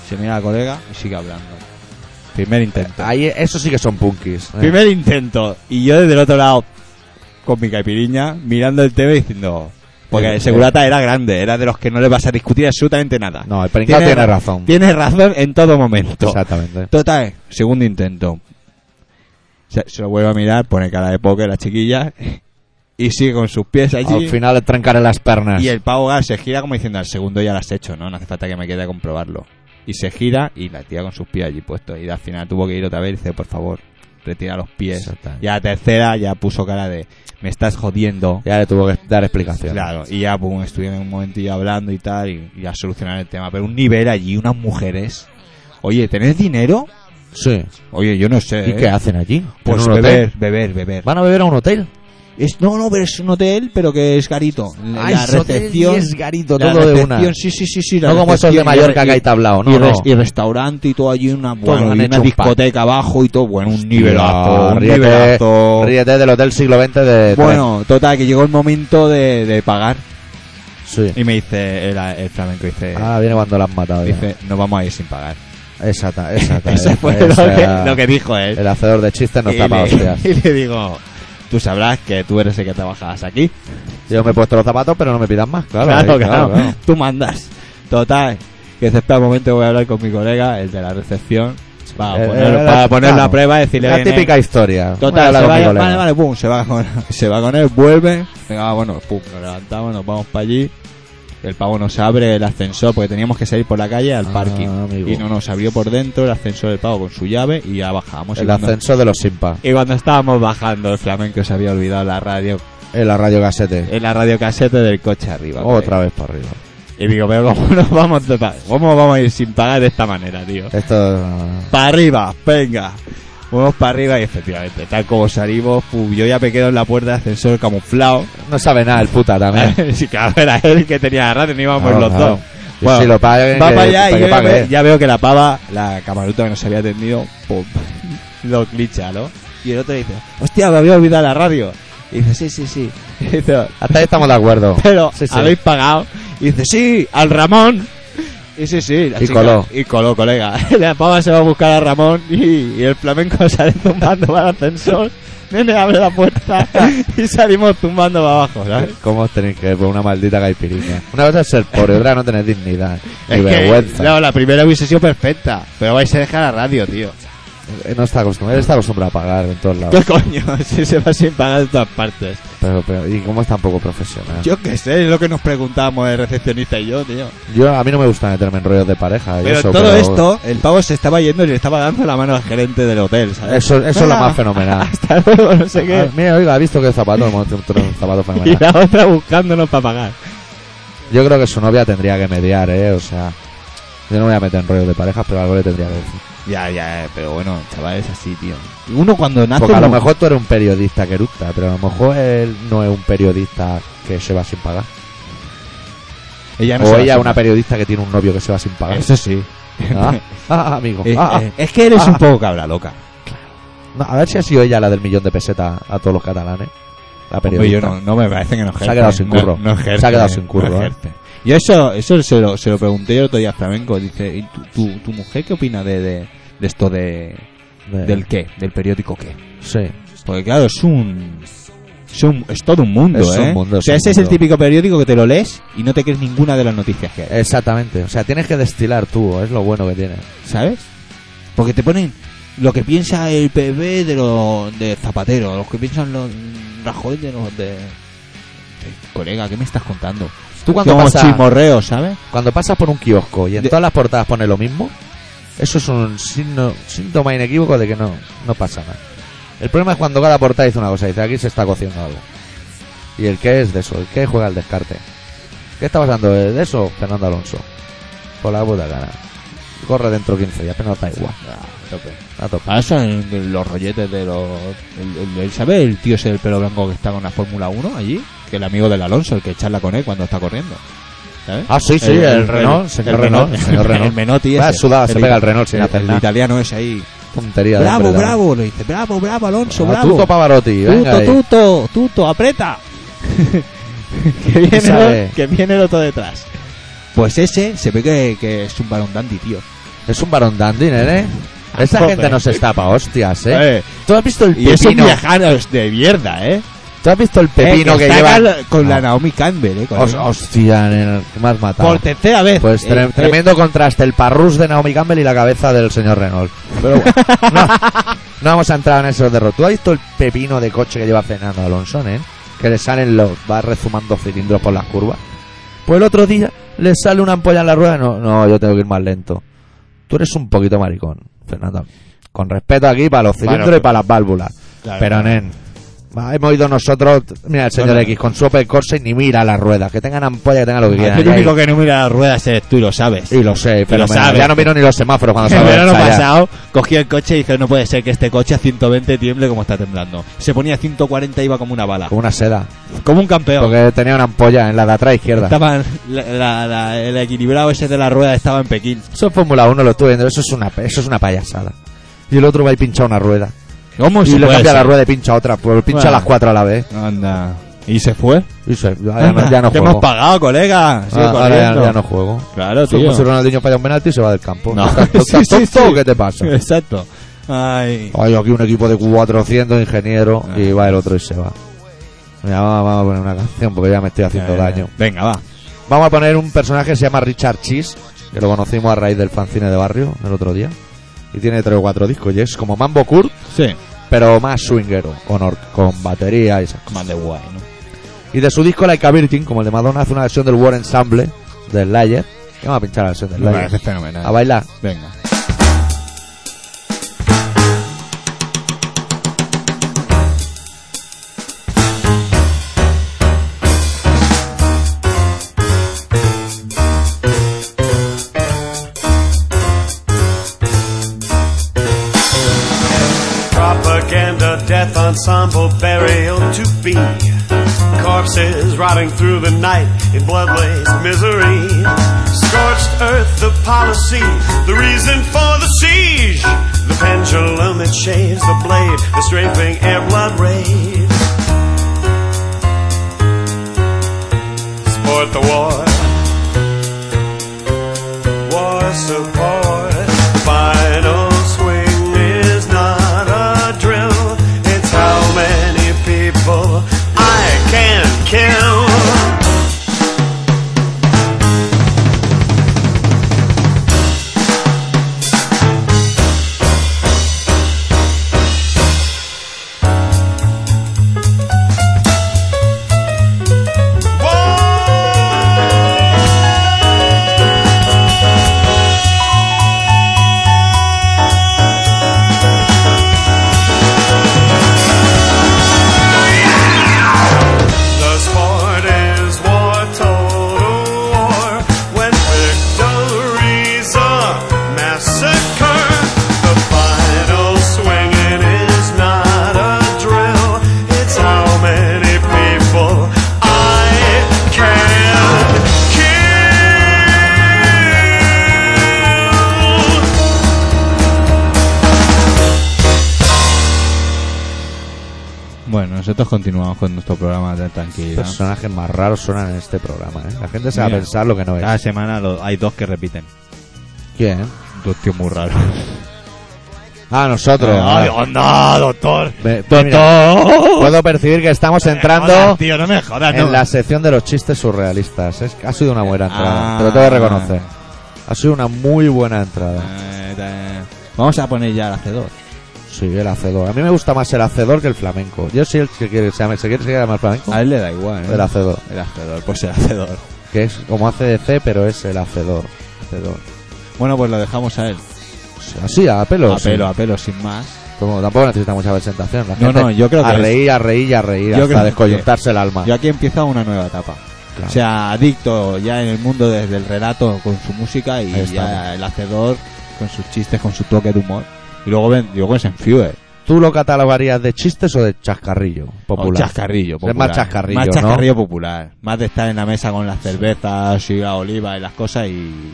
[SPEAKER 2] se mira a la colega y sigue hablando. Primer intento.
[SPEAKER 1] Ahí, eso sí que son punkis. eh.
[SPEAKER 2] Primer intento. Y yo desde el otro lado, con mi caipiriña, mirando el TV y diciendo...
[SPEAKER 1] Eh,
[SPEAKER 2] Porque el segurata era grande, era de los que no le vas a discutir absolutamente nada.
[SPEAKER 1] No, el pringao tiene razón.
[SPEAKER 2] Tiene razón en todo momento.
[SPEAKER 1] Exactamente.
[SPEAKER 2] Total, segundo intento. Se, se lo vuelve a mirar, pone cara de póker la chiquilla y sigue con sus pies allí.
[SPEAKER 1] Al final le trancaré las pernas.
[SPEAKER 2] Y el pavo gas se gira como diciendo, al segundo ya lo has hecho, ¿no? No hace falta que me quede a comprobarlo. Y se gira y la tía con sus pies allí puestos. Y al final tuvo que ir otra vez y dice, por favor, retira los pies.
[SPEAKER 1] Exactamente.
[SPEAKER 2] Y a la tercera ya puso cara de, me estás jodiendo.
[SPEAKER 1] Ya le tuvo que dar explicación.
[SPEAKER 2] Claro, y ya pum, estuvieron un momentillo hablando y tal, y, y a solucionar el tema. Pero un nivel allí, unas mujeres. Oye, ¿tenés dinero?
[SPEAKER 1] Sí.
[SPEAKER 2] Oye, yo no sé.
[SPEAKER 1] ¿Y
[SPEAKER 2] ¿eh?
[SPEAKER 1] qué hacen allí?
[SPEAKER 2] Pues
[SPEAKER 1] ¿En un
[SPEAKER 2] beber,
[SPEAKER 1] hotel?
[SPEAKER 2] beber, beber.
[SPEAKER 1] ¿Van a beber a un hotel?
[SPEAKER 2] Es, no, no, pero es un hotel, pero que es garito. La
[SPEAKER 1] Ay, Ah, es hotel y
[SPEAKER 2] recepción.
[SPEAKER 1] es garito,
[SPEAKER 2] la
[SPEAKER 1] todo de
[SPEAKER 2] recepción,
[SPEAKER 1] una.
[SPEAKER 2] Sí, sí, sí, sí. la
[SPEAKER 1] No como esos de
[SPEAKER 2] recepción y
[SPEAKER 1] Mallorca
[SPEAKER 2] re-
[SPEAKER 1] que hay tablao, no,
[SPEAKER 2] y,
[SPEAKER 1] no.
[SPEAKER 2] res- y restaurante y todo allí, una, bueno,
[SPEAKER 1] han hecho
[SPEAKER 2] y una
[SPEAKER 1] un pack.
[SPEAKER 2] discoteca abajo y todo. Bueno, un nivelazo, un
[SPEAKER 1] ríete,
[SPEAKER 2] nivelazo.
[SPEAKER 1] ríete del hotel siglo XX de...
[SPEAKER 2] Bueno, total, que llegó el momento de, de pagar.
[SPEAKER 1] Sí.
[SPEAKER 2] Y me dice el, el flamenco, dice,
[SPEAKER 1] Ah, viene cuando la han matado. ya.
[SPEAKER 2] Eh, dice, nos vamos a ir sin pagar.
[SPEAKER 1] Exacta, exacta.
[SPEAKER 2] Eso fue
[SPEAKER 1] Ese
[SPEAKER 2] lo,
[SPEAKER 1] pues, era-
[SPEAKER 2] que, lo que dijo él.
[SPEAKER 1] El hacedor de chistes no
[SPEAKER 2] y,
[SPEAKER 1] tapa
[SPEAKER 2] le,
[SPEAKER 1] hostias.
[SPEAKER 2] y le digo, tú sabrás que tú eres el que trabajabas aquí.
[SPEAKER 1] Yo me he puesto los zapatos, pero no me pidan más, claro.
[SPEAKER 2] Claro,
[SPEAKER 1] ahí,
[SPEAKER 2] claro, Tú mandas. Total. Que dice, espera un momento, voy a hablar con mi colega, el de la recepción. Para
[SPEAKER 1] Eh,
[SPEAKER 2] poner,
[SPEAKER 1] eh,
[SPEAKER 2] para
[SPEAKER 1] eh,
[SPEAKER 2] poner
[SPEAKER 1] claro.
[SPEAKER 2] la prueba y decirle...
[SPEAKER 1] La
[SPEAKER 2] "Viene".
[SPEAKER 1] típica historia.
[SPEAKER 2] Total,
[SPEAKER 1] Voy a
[SPEAKER 2] se
[SPEAKER 1] hablar
[SPEAKER 2] va,
[SPEAKER 1] con mi
[SPEAKER 2] vale,
[SPEAKER 1] colega.
[SPEAKER 2] vale, pum, se va con, se va con él, vuelve. Venga, bueno, pum, nos levantamos, nos vamos para allí. El pavo nos abre el ascensor porque teníamos que salir por la calle al
[SPEAKER 1] Ah,
[SPEAKER 2] parking.
[SPEAKER 1] amigo.
[SPEAKER 2] Y no nos abrió por dentro el ascensor del pavo con su llave y ya bajamos. y,
[SPEAKER 1] El
[SPEAKER 2] cuando,
[SPEAKER 1] ascenso de los Simpa.
[SPEAKER 2] y cuando estábamos bajando, el flamenco se había olvidado la radio
[SPEAKER 1] En la radio casete.
[SPEAKER 2] Eh, en la radiocasete del coche arriba.
[SPEAKER 1] Otra vez para arriba.
[SPEAKER 2] Y digo, pero ¿cómo, nos vamos de pa- ¿cómo vamos a ir sin pagar de esta manera, tío?
[SPEAKER 1] Esto. eh,
[SPEAKER 2] para arriba, venga. Vamos para arriba y efectivamente, tal como salimos, pum, yo ya me quedo en la puerta de ascensor camuflado.
[SPEAKER 1] No sabe nada el puta también.
[SPEAKER 2] Sí, claro, era él que tenía la radio, no íbamos
[SPEAKER 1] Claro,
[SPEAKER 2] los
[SPEAKER 1] claro.
[SPEAKER 2] dos.
[SPEAKER 1] Y
[SPEAKER 2] Bueno,
[SPEAKER 1] si lo pagan,
[SPEAKER 2] va
[SPEAKER 1] que-
[SPEAKER 2] para allá
[SPEAKER 1] que
[SPEAKER 2] y yo ya,
[SPEAKER 1] pague,
[SPEAKER 2] ve-
[SPEAKER 1] eh.
[SPEAKER 2] ya veo que la pava, la camaruta que nos había atendido, pum, lo clicha, ¿no? Y el otro dice, hostia, me había olvidado la radio. Y dice, sí, sí, sí. Y dice,
[SPEAKER 1] Hasta ahí estamos de acuerdo.
[SPEAKER 2] pero
[SPEAKER 1] Sí, sí.
[SPEAKER 2] habéis pagado. Y dice, sí, al Ramón. Y sí, sí, la
[SPEAKER 1] Y
[SPEAKER 2] chica-
[SPEAKER 1] coló.
[SPEAKER 2] Y coló, colega. La pava se va a buscar a Ramón y, y el flamenco sale zumbando para el ascensor. Nene abre la puerta y salimos zumbando para abajo, ¿sabes?
[SPEAKER 1] ¿Cómo tenéis que por una maldita caipirinha? Una cosa es ser pobre, otra no tener dignidad. Ni
[SPEAKER 2] Es que,
[SPEAKER 1] vergüenza.
[SPEAKER 2] no, la primera hubiese sido perfecta, pero vais a dejar la radio, tío.
[SPEAKER 1] Eh, No está acostumbrado, él está acostumbrado a pagar en todos lados.
[SPEAKER 2] ¿Qué coño? Si se va sin pagar en todas partes.
[SPEAKER 1] Pero, pero- y cómo es tan poco profesional. Yo,
[SPEAKER 2] Yo qué sé, es lo que nos preguntábamos el recepcionista y yo, tío.
[SPEAKER 1] a mí no me gusta meterme en rollos de pareja. y
[SPEAKER 2] Pero
[SPEAKER 1] eso,
[SPEAKER 2] todo
[SPEAKER 1] pero-
[SPEAKER 2] esto, el pavo se estaba yendo y le estaba dando la mano al gerente del hotel, ¿sabes?
[SPEAKER 1] Eso, eso es lo
[SPEAKER 2] Ah,
[SPEAKER 1] más fenomenal.
[SPEAKER 2] Hasta luego, no sé
[SPEAKER 1] Ah,
[SPEAKER 2] qué.
[SPEAKER 1] mira, oiga, ha visto que zapato, hemos encontrado un zapato
[SPEAKER 2] Y
[SPEAKER 1] fenomenal.
[SPEAKER 2] la otra buscándonos para pagar.
[SPEAKER 1] Yo creo que su novia tendría que mediar, ¿eh? O sea, yo no me voy a meter en rollos de parejas, pero algo le tendría que decir.
[SPEAKER 2] Ya, ya, eh, pero bueno, chaval, es así, tío. Uno cuando nace.
[SPEAKER 1] Porque a lo
[SPEAKER 2] no-
[SPEAKER 1] mejor tú eres un periodista que eructa, pero a lo mejor él no es un periodista que se va sin pagar.
[SPEAKER 2] Ella no se
[SPEAKER 1] o
[SPEAKER 2] va
[SPEAKER 1] ella
[SPEAKER 2] sin
[SPEAKER 1] es una
[SPEAKER 2] pagar.
[SPEAKER 1] periodista que tiene un novio que se va sin pagar.
[SPEAKER 2] Eso sí.
[SPEAKER 1] Ah, ah, amigo.
[SPEAKER 2] Eh,
[SPEAKER 1] Ah, ah.
[SPEAKER 2] eh, es que eres
[SPEAKER 1] Ah.
[SPEAKER 2] un poco cabra loca.
[SPEAKER 1] No, a ver si ha sido ella la del millón de pesetas a todos los catalanes. La
[SPEAKER 2] Hombre,
[SPEAKER 1] periodista.
[SPEAKER 2] yo no, no me parece que no
[SPEAKER 1] Se ha
[SPEAKER 2] ejerce.
[SPEAKER 1] quedado sin
[SPEAKER 2] No-
[SPEAKER 1] curro.
[SPEAKER 2] no ejerce,
[SPEAKER 1] Se ha quedado sin curro,
[SPEAKER 2] no
[SPEAKER 1] eh.
[SPEAKER 2] ejerce. Yo eso, eso se lo, se lo pregunté el otro día a Flamenco. Dice, ¿y tu, tu, tu mujer qué opina de, de, de esto de,
[SPEAKER 1] De-
[SPEAKER 2] del qué? ¿Del periódico qué?
[SPEAKER 1] Sí.
[SPEAKER 2] Porque claro, es un... Es, un- es todo un mundo,
[SPEAKER 1] Es un
[SPEAKER 2] ¿eh?
[SPEAKER 1] mundo,
[SPEAKER 2] o sea,
[SPEAKER 1] es
[SPEAKER 2] ese
[SPEAKER 1] un
[SPEAKER 2] es el
[SPEAKER 1] mundo.
[SPEAKER 2] típico periódico que te lo lees y no te crees ninguna de las noticias que hay.
[SPEAKER 1] Exactamente. O sea, tienes que destilar tú, es lo bueno que tiene.
[SPEAKER 2] ¿sabes? Porque te ponen lo que piensa el PP de los de Zapatero, lo que piensan los Rajoy de los de, de- colega, ¿qué me estás contando?
[SPEAKER 1] Tú cuando
[SPEAKER 2] Somos
[SPEAKER 1] pasas-
[SPEAKER 2] chismorreos, ¿sabes?
[SPEAKER 1] Cuando pasas por un kiosco y en
[SPEAKER 2] De-
[SPEAKER 1] todas las portadas pone lo mismo, eso es un signo, síntoma inequívoco de que no, no pasa nada. El problema es cuando cada portada dice una cosa, dice aquí se está cociendo algo. ¿Y el qué es de eso? ¿El qué juega al descarte? ¿Qué está pasando ¿Es de eso, Fernando Alonso? Por la puta cara. Corre dentro 15 días, pero no da igual.
[SPEAKER 2] Ah,
[SPEAKER 1] A tope.
[SPEAKER 2] Pasan los rolletes de los... El, el- el- ¿Sabes el tío ese del pelo blanco que está con la Fórmula 1 allí? Que el amigo del Alonso, el que charla con él cuando está corriendo. ¿Sabes?
[SPEAKER 1] Ah, sí, sí, el, Renault, señor
[SPEAKER 2] el
[SPEAKER 1] Renault,
[SPEAKER 2] Menot-
[SPEAKER 1] señor
[SPEAKER 2] El
[SPEAKER 1] Renault.
[SPEAKER 2] Menotti
[SPEAKER 1] Va
[SPEAKER 2] ese.
[SPEAKER 1] sudado, se
[SPEAKER 2] El-
[SPEAKER 1] pega el Renault sin
[SPEAKER 2] el-
[SPEAKER 1] hacer
[SPEAKER 2] el
[SPEAKER 1] nada.
[SPEAKER 2] italiano ese ahí.
[SPEAKER 1] Tontería de
[SPEAKER 2] Bravo,
[SPEAKER 1] hombre,
[SPEAKER 2] bravo, le dice, bravo, bravo, Alonso,
[SPEAKER 1] Ah,
[SPEAKER 2] bravo.
[SPEAKER 1] Tuto Pavarotti, venga ahí.
[SPEAKER 2] tuto, tuto, tuto, aprieta. que, viene
[SPEAKER 1] Sabe.
[SPEAKER 2] el, que viene el otro detrás. Pues ese se ve que, que es un varón dandy, tío.
[SPEAKER 1] Es un varón dandy, ¿eh?
[SPEAKER 2] A
[SPEAKER 1] Esta
[SPEAKER 2] tope.
[SPEAKER 1] gente nos estapa, hostias, ¿eh?
[SPEAKER 2] Eh,
[SPEAKER 1] ¿Tú has visto el
[SPEAKER 2] y es un
[SPEAKER 1] pepino?
[SPEAKER 2] viajano de mierda, ¿eh?
[SPEAKER 1] ¿Tú has visto el pepino
[SPEAKER 2] Eh,
[SPEAKER 1] que,
[SPEAKER 2] está
[SPEAKER 1] lleva?
[SPEAKER 2] acá Con
[SPEAKER 1] Ah.
[SPEAKER 2] la Naomi Campbell, ¿eh? Con-
[SPEAKER 1] Hos- hostia, nena, que me has matado.
[SPEAKER 2] por tercera vez.
[SPEAKER 1] Pues
[SPEAKER 2] Eh,
[SPEAKER 1] tre-
[SPEAKER 2] eh,
[SPEAKER 1] tremendo contraste, el parrus de Naomi Campbell y la cabeza del señor Renault. Pero bueno, no, no vamos a entrar en esos derrotos. ¿Tú has visto el pepino de coche que lleva Fernando Alonso, eh? Que le salen los, va rezumando cilindros por las curvas. Pues el otro día le sale una ampolla en la rueda. No, no, yo tengo que ir más lento. Tú eres un poquito maricón, Fernando. Con respeto aquí para los cilindros
[SPEAKER 2] Bueno,
[SPEAKER 1] y para las válvulas.
[SPEAKER 2] claro.
[SPEAKER 1] Pero, nen, va, hemos ido nosotros. Mira, el señor
[SPEAKER 2] No, no.
[SPEAKER 1] X con su Opel Corsa y ni mira las ruedas. Que tengan ampolla, que tengan lo que quieran.
[SPEAKER 2] el
[SPEAKER 1] Ya
[SPEAKER 2] Ah, único que no mira las ruedas eres tú y lo sabes.
[SPEAKER 1] y lo sé, pero
[SPEAKER 2] sabes.
[SPEAKER 1] ya no miro ni los semáforos cuando
[SPEAKER 2] El
[SPEAKER 1] salgo de
[SPEAKER 2] verano
[SPEAKER 1] ensayar.
[SPEAKER 2] pasado cogí el coche y dije, no puede ser que este coche a 120 tiemble como está temblando. Se ponía a 140 iba como una bala.
[SPEAKER 1] Con una seda.
[SPEAKER 2] Como un campeón.
[SPEAKER 1] Porque tenía una ampolla en la de atrás izquierda.
[SPEAKER 2] Estaban, la- la- la- el equilibrado ese de la rueda estaba en Pekín.
[SPEAKER 1] Eso es Fórmula 1, lo estuve viendo. Eso es una, eso es una payasada. Y el otro va y pincha una rueda.
[SPEAKER 2] ¿Cómo
[SPEAKER 1] y le cambia la rueda y pincha otra. Pues pincha
[SPEAKER 2] Bueno.
[SPEAKER 1] las cuatro a la vez.
[SPEAKER 2] Anda. ¿Y se fue?
[SPEAKER 1] Y se- ya, no, ya no
[SPEAKER 2] Te
[SPEAKER 1] juego.
[SPEAKER 2] hemos pagado, colega. Sigue
[SPEAKER 1] Ah, ahora ya,
[SPEAKER 2] corriendo.
[SPEAKER 1] ya no juego.
[SPEAKER 2] Claro,
[SPEAKER 1] Es como
[SPEAKER 2] tío.
[SPEAKER 1] si Ronaldinho falla un penalti y se va del campo.
[SPEAKER 2] No.
[SPEAKER 1] ¿Estás tonto?
[SPEAKER 2] Sí, sí,
[SPEAKER 1] tonto o
[SPEAKER 2] sí.
[SPEAKER 1] qué te pasa?
[SPEAKER 2] Exacto. Ay.
[SPEAKER 1] Hay aquí un equipo de 400 ingenieros
[SPEAKER 2] Ah.
[SPEAKER 1] y va el otro y se va. Mira, vamos, vamos a poner una canción porque ya me estoy haciendo
[SPEAKER 2] Ya, ya, ya.
[SPEAKER 1] daño.
[SPEAKER 2] Venga, va.
[SPEAKER 1] Vamos a poner un personaje que se llama Richard Cheese, que lo conocimos a raíz del fanzine de barrio el otro día. Y tiene tres o cuatro discos y es como Mambo Kurt,
[SPEAKER 2] Sí.
[SPEAKER 1] pero más swingero, con, or- con batería y esas cosas.
[SPEAKER 2] Más de guay, ¿no?
[SPEAKER 1] Y de su disco Like a Virgin, como el de Madonna, hace una versión del War Ensemble del Layer. Que vamos a pinchar la versión del
[SPEAKER 2] Me
[SPEAKER 1] Layer.
[SPEAKER 2] parece
[SPEAKER 1] A
[SPEAKER 2] fenomenal.
[SPEAKER 1] bailar.
[SPEAKER 2] Venga.
[SPEAKER 5] Thank dark and a death ensemble burial to be. Corpses rotting through the night in bloodlaced misery. Scorched earth, the policy, the reason for the siege. The pendulum, it shaves the blade, the strafing air blood rage. Support the war. War support. Final swing is not a drill. It's how many people I can kill. War The sport is war, total war. When victory's a massacre, the final swinging is not a drill. It's how many people I can kill.
[SPEAKER 2] Bueno, nosotros continuamos con nuestro programa de tranquilidad.
[SPEAKER 1] Personajes más raros suenan en este programa, ¿eh? La gente se va a
[SPEAKER 2] Mira. Ah,
[SPEAKER 1] pensar lo que no
[SPEAKER 2] Cada
[SPEAKER 1] es.
[SPEAKER 2] semana lo- hay dos que repiten.
[SPEAKER 1] ¿Quién?
[SPEAKER 2] Dos tíos muy raros.
[SPEAKER 1] Ah, nosotros.
[SPEAKER 2] ¡Ay,
[SPEAKER 1] vale.
[SPEAKER 2] onda, doctor!
[SPEAKER 1] Ve- ve, mira,
[SPEAKER 2] ¡Doctor!
[SPEAKER 1] puedo percibir que estamos
[SPEAKER 2] Joder,
[SPEAKER 1] entrando
[SPEAKER 2] tío, no me jodas, no.
[SPEAKER 1] en la sección de los chistes surrealistas. Es, ha sido una buena entrada,
[SPEAKER 2] Ah.
[SPEAKER 1] te lo tengo que reconocer. Ha sido una muy buena entrada.
[SPEAKER 2] Eh, eh, Vamos a poner ya el hacedor.
[SPEAKER 1] Sí, el hacedor. A mí me gusta más el hacedor que el flamenco. Yo soy el que quiere, se llama- se quiere seguir más flamenco.
[SPEAKER 2] A él le da igual, ¿eh?
[SPEAKER 1] El hacedor.
[SPEAKER 2] El hacedor, pues el hacedor.
[SPEAKER 1] Que es como ACDC, pero es el hacedor. Hacedor.
[SPEAKER 2] Bueno, pues lo dejamos a él.
[SPEAKER 1] Así, a pelo.
[SPEAKER 2] a
[SPEAKER 1] sí.
[SPEAKER 2] pelo, a pelo, sin más.
[SPEAKER 1] Como tampoco necesita mucha presentación. La
[SPEAKER 2] No,
[SPEAKER 1] gente
[SPEAKER 2] no, yo creo
[SPEAKER 1] a
[SPEAKER 2] que es-
[SPEAKER 1] reír, a reír, y a reír,
[SPEAKER 2] Yo creo
[SPEAKER 1] hasta
[SPEAKER 2] que-
[SPEAKER 1] descoyuntarse el alma.
[SPEAKER 2] Y aquí empieza una nueva etapa.
[SPEAKER 1] Claro.
[SPEAKER 2] O sea, adicto ya en el mundo desde el relato con su música y
[SPEAKER 1] Ahí
[SPEAKER 2] ya
[SPEAKER 1] estamos.
[SPEAKER 2] el hacedor con sus chistes, con su toque de humor. Y luego ven, yo que es en Fewer.
[SPEAKER 1] ¿Tú lo catalogarías de chistes o de chascarrillo
[SPEAKER 2] O
[SPEAKER 1] popular?
[SPEAKER 2] Oh, chascarrillo popular.
[SPEAKER 1] más chascarrillo,
[SPEAKER 2] Más
[SPEAKER 1] ¿no?
[SPEAKER 2] chascarrillo popular. Más de estar en la mesa con las cervezas y la oliva y las cosas y,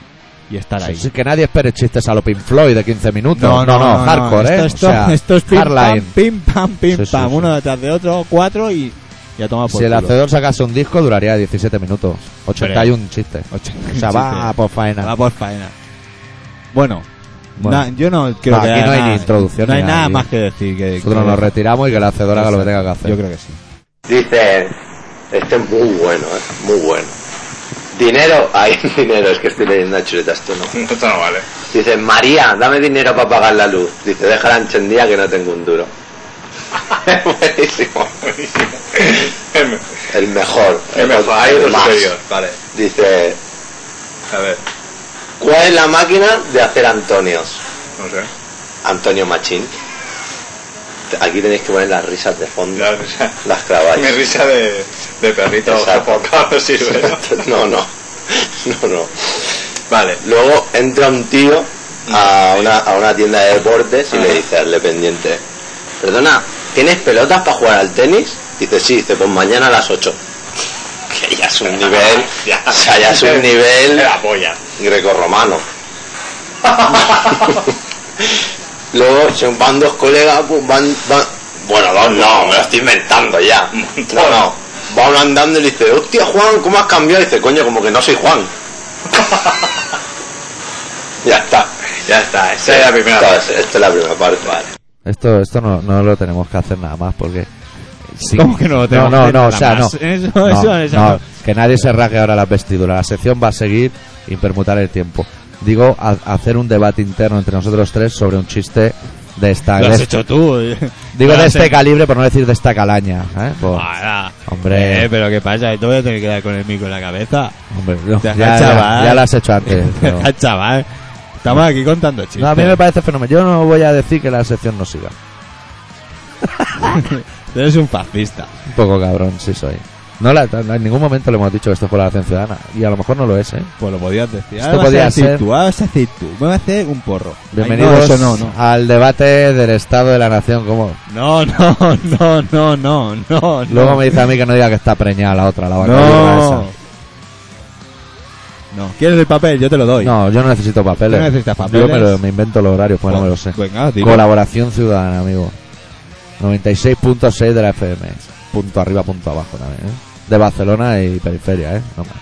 [SPEAKER 2] y estar ahí.
[SPEAKER 1] Sí, que nadie espere chistes a lo Pink Floyd de 15 minutos. hardcore, ¿eh?
[SPEAKER 2] esto, Esto,
[SPEAKER 1] o sea,
[SPEAKER 2] esto es pim pam,
[SPEAKER 1] hardline.
[SPEAKER 2] pim pam, pim
[SPEAKER 1] Sí, sí,
[SPEAKER 2] pam.
[SPEAKER 1] sí.
[SPEAKER 2] Uno detrás de otro, cuatro y ya toma por
[SPEAKER 1] Si el
[SPEAKER 2] culo.
[SPEAKER 1] hacedor sacase un disco, duraría 17 minutos. 81 chistes.
[SPEAKER 2] Ochenta
[SPEAKER 1] O sea, va
[SPEAKER 2] chistes.
[SPEAKER 1] por faena.
[SPEAKER 2] Va por faena. Bueno,
[SPEAKER 1] Bueno.
[SPEAKER 2] na- yo no creo
[SPEAKER 1] No,
[SPEAKER 2] que
[SPEAKER 1] aquí
[SPEAKER 2] haya
[SPEAKER 1] no hay ni
[SPEAKER 2] nada-
[SPEAKER 1] introducción
[SPEAKER 2] No
[SPEAKER 1] ni
[SPEAKER 2] hay
[SPEAKER 1] nada,
[SPEAKER 2] nada
[SPEAKER 1] tío.
[SPEAKER 2] más que decir que.
[SPEAKER 1] Nosotros
[SPEAKER 2] que-
[SPEAKER 1] nos retiramos y que el hacedor haga lo que tenga que hacer.
[SPEAKER 2] Yo creo que sí.
[SPEAKER 6] Dice, este es muy bueno, ¿eh? muy bueno. Dinero, hay dinero, es que estoy leyendo a chuletas, tú no.
[SPEAKER 7] Esto no vale.
[SPEAKER 6] Dice, María, dame dinero para pagar la luz. Dice, déjala encendida que no tengo un duro.
[SPEAKER 7] buenísimo, buenísimo. El me-
[SPEAKER 6] El mejor.
[SPEAKER 7] El mejor, hay
[SPEAKER 6] el
[SPEAKER 7] otro
[SPEAKER 6] más.
[SPEAKER 7] superior. Vale,
[SPEAKER 6] Dice,
[SPEAKER 7] a ver,
[SPEAKER 6] ¿cuál es la máquina de hacer Antonios?
[SPEAKER 7] no sé.
[SPEAKER 6] Antonio Machín. Aquí tenéis que poner las risas de fondo.
[SPEAKER 7] La risa,
[SPEAKER 6] Las claváis.
[SPEAKER 7] mi risa de, de perrito
[SPEAKER 6] Exacto.
[SPEAKER 7] sofocado no sirve, ¿no?
[SPEAKER 6] No, no. No, no.
[SPEAKER 7] Vale,
[SPEAKER 6] Luego entra un tío a una, a una tienda de deportes y le dice al dependiente, perdona, ¿tienes pelotas para jugar al tenis? Dice, sí, dice, pues mañana a las 8. Que ya es un nivel,
[SPEAKER 7] Ya.
[SPEAKER 6] o sea, ya es un nivel
[SPEAKER 7] la polla.
[SPEAKER 6] grecorromano. Luego se van dos colegas, pues van, van- bueno, dos no, me lo estoy inventando ya. No, no. Va uno andando y le dice, hostia Juan, ¿cómo has cambiado? Y dice, coño, como que no soy Juan. ya está.
[SPEAKER 7] Ya está, esa es la primera
[SPEAKER 6] Esta
[SPEAKER 7] parte.
[SPEAKER 6] es- esta es la primera parte.
[SPEAKER 1] Esto, esto no, no lo tenemos que hacer nada más porque... sí.
[SPEAKER 2] ¿Cómo que no lo tenemos
[SPEAKER 1] No, no,
[SPEAKER 2] que hacer
[SPEAKER 1] no,
[SPEAKER 2] nada
[SPEAKER 1] o sea,
[SPEAKER 2] más?
[SPEAKER 1] no.
[SPEAKER 2] Eso-
[SPEAKER 1] No,
[SPEAKER 2] eso- eso
[SPEAKER 1] no,
[SPEAKER 2] no.
[SPEAKER 1] que nadie se rasgue ahora las vestiduras. La sección va a seguir impermutar el tiempo. Digo, a- hacer un debate interno entre nosotros tres sobre un chiste de esta...
[SPEAKER 2] Lo
[SPEAKER 1] de
[SPEAKER 2] has
[SPEAKER 1] este-
[SPEAKER 2] hecho tú. eh.
[SPEAKER 1] digo
[SPEAKER 2] Lo
[SPEAKER 1] de
[SPEAKER 2] has
[SPEAKER 1] este
[SPEAKER 2] hecho-
[SPEAKER 1] calibre, por no decir de esta calaña. ¿eh? Por-
[SPEAKER 2] Ahora.
[SPEAKER 1] Hombre.
[SPEAKER 2] Eh, pero ¿qué pasa? Esto voy a tener que dar con el mico en la cabeza.
[SPEAKER 1] hombre, no,
[SPEAKER 2] Deja,
[SPEAKER 1] ya, ya-
[SPEAKER 2] chaval.
[SPEAKER 1] ya lo has hecho antes. Eh, pero-
[SPEAKER 2] Ah, Chaval. Estamos aquí contando chistes.
[SPEAKER 1] No, a mí me parece fenomenal. Yo no voy a decir que la sección no siga.
[SPEAKER 2] Eres un fascista.
[SPEAKER 1] Un poco cabrón, sí soy. No la- en ningún momento le hemos dicho que esto es colaboración ciudadana. Y a lo mejor no lo es, ¿eh?
[SPEAKER 2] Pues lo podías decir.
[SPEAKER 1] Esto
[SPEAKER 2] Ahora vas a
[SPEAKER 1] podía
[SPEAKER 2] decir
[SPEAKER 1] ser-
[SPEAKER 2] tú, ahora vas a decir tú. Me voy a hacer un porro. Ay,
[SPEAKER 1] Bienvenidos
[SPEAKER 2] no, eso no, no.
[SPEAKER 1] al debate del Estado de la Nación. Como
[SPEAKER 2] No, no, no, no, no, no.
[SPEAKER 1] luego me dice a mí que no diga que está preñada la otra, la vaca
[SPEAKER 2] No.
[SPEAKER 1] vieja
[SPEAKER 2] No. ¿Quieres el papel? Yo te lo doy.
[SPEAKER 1] esa. No, yo no necesito papeles.
[SPEAKER 2] No necesitas
[SPEAKER 1] Yo
[SPEAKER 2] papeles.
[SPEAKER 1] me, lo- me invento los horarios, pues no me lo sé.
[SPEAKER 2] Venga, dilo.
[SPEAKER 1] Colaboración ciudadana, amigo. 96.6 de la FM. Punto arriba, punto abajo también. ¿eh? De Barcelona y periferia, ¿eh? No más.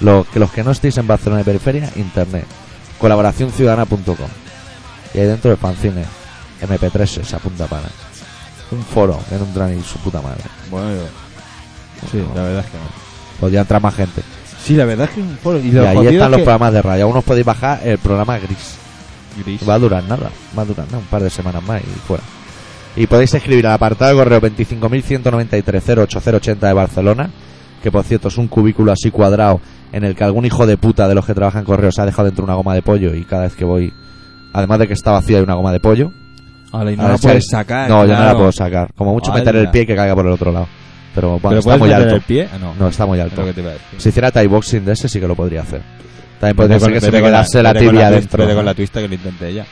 [SPEAKER 1] Los, que los que no estéis en Barcelona y periferia, internet. Colaboracionciudadana.com. Y ahí dentro de fanzines. MP3, esa punta pana. Un foro que no entra ni su puta madre.
[SPEAKER 2] Bueno. Sí, la verdad es que no.
[SPEAKER 1] Podría entrar pues más gente.
[SPEAKER 2] Sí, la verdad es que es un foro. Y,
[SPEAKER 1] Y
[SPEAKER 2] lo
[SPEAKER 1] ahí
[SPEAKER 2] jodido
[SPEAKER 1] están
[SPEAKER 2] es
[SPEAKER 1] los
[SPEAKER 2] que-
[SPEAKER 1] programas de radio. Aún os podéis bajar el programa gris.
[SPEAKER 2] Gris.
[SPEAKER 1] Va a durar nada, va a durar nada, un par de semanas más y fuera. Y podéis escribir al apartado de correo 25.193.08080 de Barcelona, que por cierto es un cubículo así cuadrado en el que algún hijo de puta de los que trabajan en correos ha dejado dentro una goma de pollo y cada vez que voy, además de que está vacía, hay una goma de pollo.
[SPEAKER 2] Ahora, y no
[SPEAKER 1] Ahora
[SPEAKER 2] la
[SPEAKER 1] sí,
[SPEAKER 2] puedes sacar.
[SPEAKER 1] No, yo no la
[SPEAKER 2] claro.
[SPEAKER 1] puedo sacar. Como mucho
[SPEAKER 2] Hala.
[SPEAKER 1] meter el pie y que caiga por el otro lado. Pero bueno,
[SPEAKER 2] ¿Pero
[SPEAKER 1] está
[SPEAKER 2] puedes
[SPEAKER 1] muy
[SPEAKER 2] meter
[SPEAKER 1] alto.
[SPEAKER 2] el pie? Ah, No.
[SPEAKER 1] No, está muy
[SPEAKER 2] Es
[SPEAKER 1] alto.
[SPEAKER 2] lo que te iba a decir.
[SPEAKER 1] Si hiciera Thai boxing de ese sí que lo podría hacer. También podría
[SPEAKER 2] Vete
[SPEAKER 1] ser
[SPEAKER 2] con-
[SPEAKER 1] que se
[SPEAKER 2] vete
[SPEAKER 1] me
[SPEAKER 2] con
[SPEAKER 1] quedase la
[SPEAKER 2] vete con
[SPEAKER 1] tibia
[SPEAKER 2] tu-
[SPEAKER 1] dentro.
[SPEAKER 2] Vete con la twista que lo intenté ella.